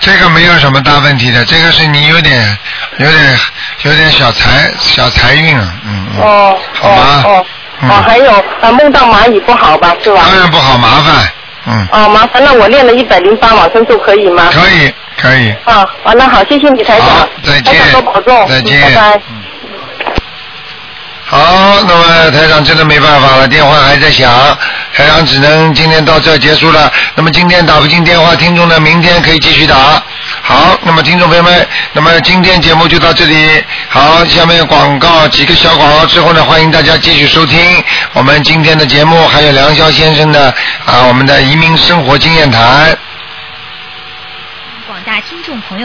这个没有什么大问题的，这个是你有点、有点、有点小财小财运啊，嗯嗯，
哦
好嗯吧，
哦哦，还有啊梦到蚂蚁不好吧，是吧？
当然不好，麻烦，嗯，
哦，麻烦，那我练了一百零八往生咒可以吗？
可以可以，
啊，啊，那好，谢谢你台长，
再
台长
见，
多保重，
再见
嗯拜拜。
好，那么台长真的没办法了，电话还在响，台长只能今天到这儿结束了。那么今天打不进电话，听众呢明天可以继续打。好，那么听众朋友们，那么今天节目就到这里。好，下面广告几个小广告之后呢，欢迎大家继续收听我们今天的节目，还有梁霄先生的啊，我们的移民生活经验谈。
广大听众朋友的。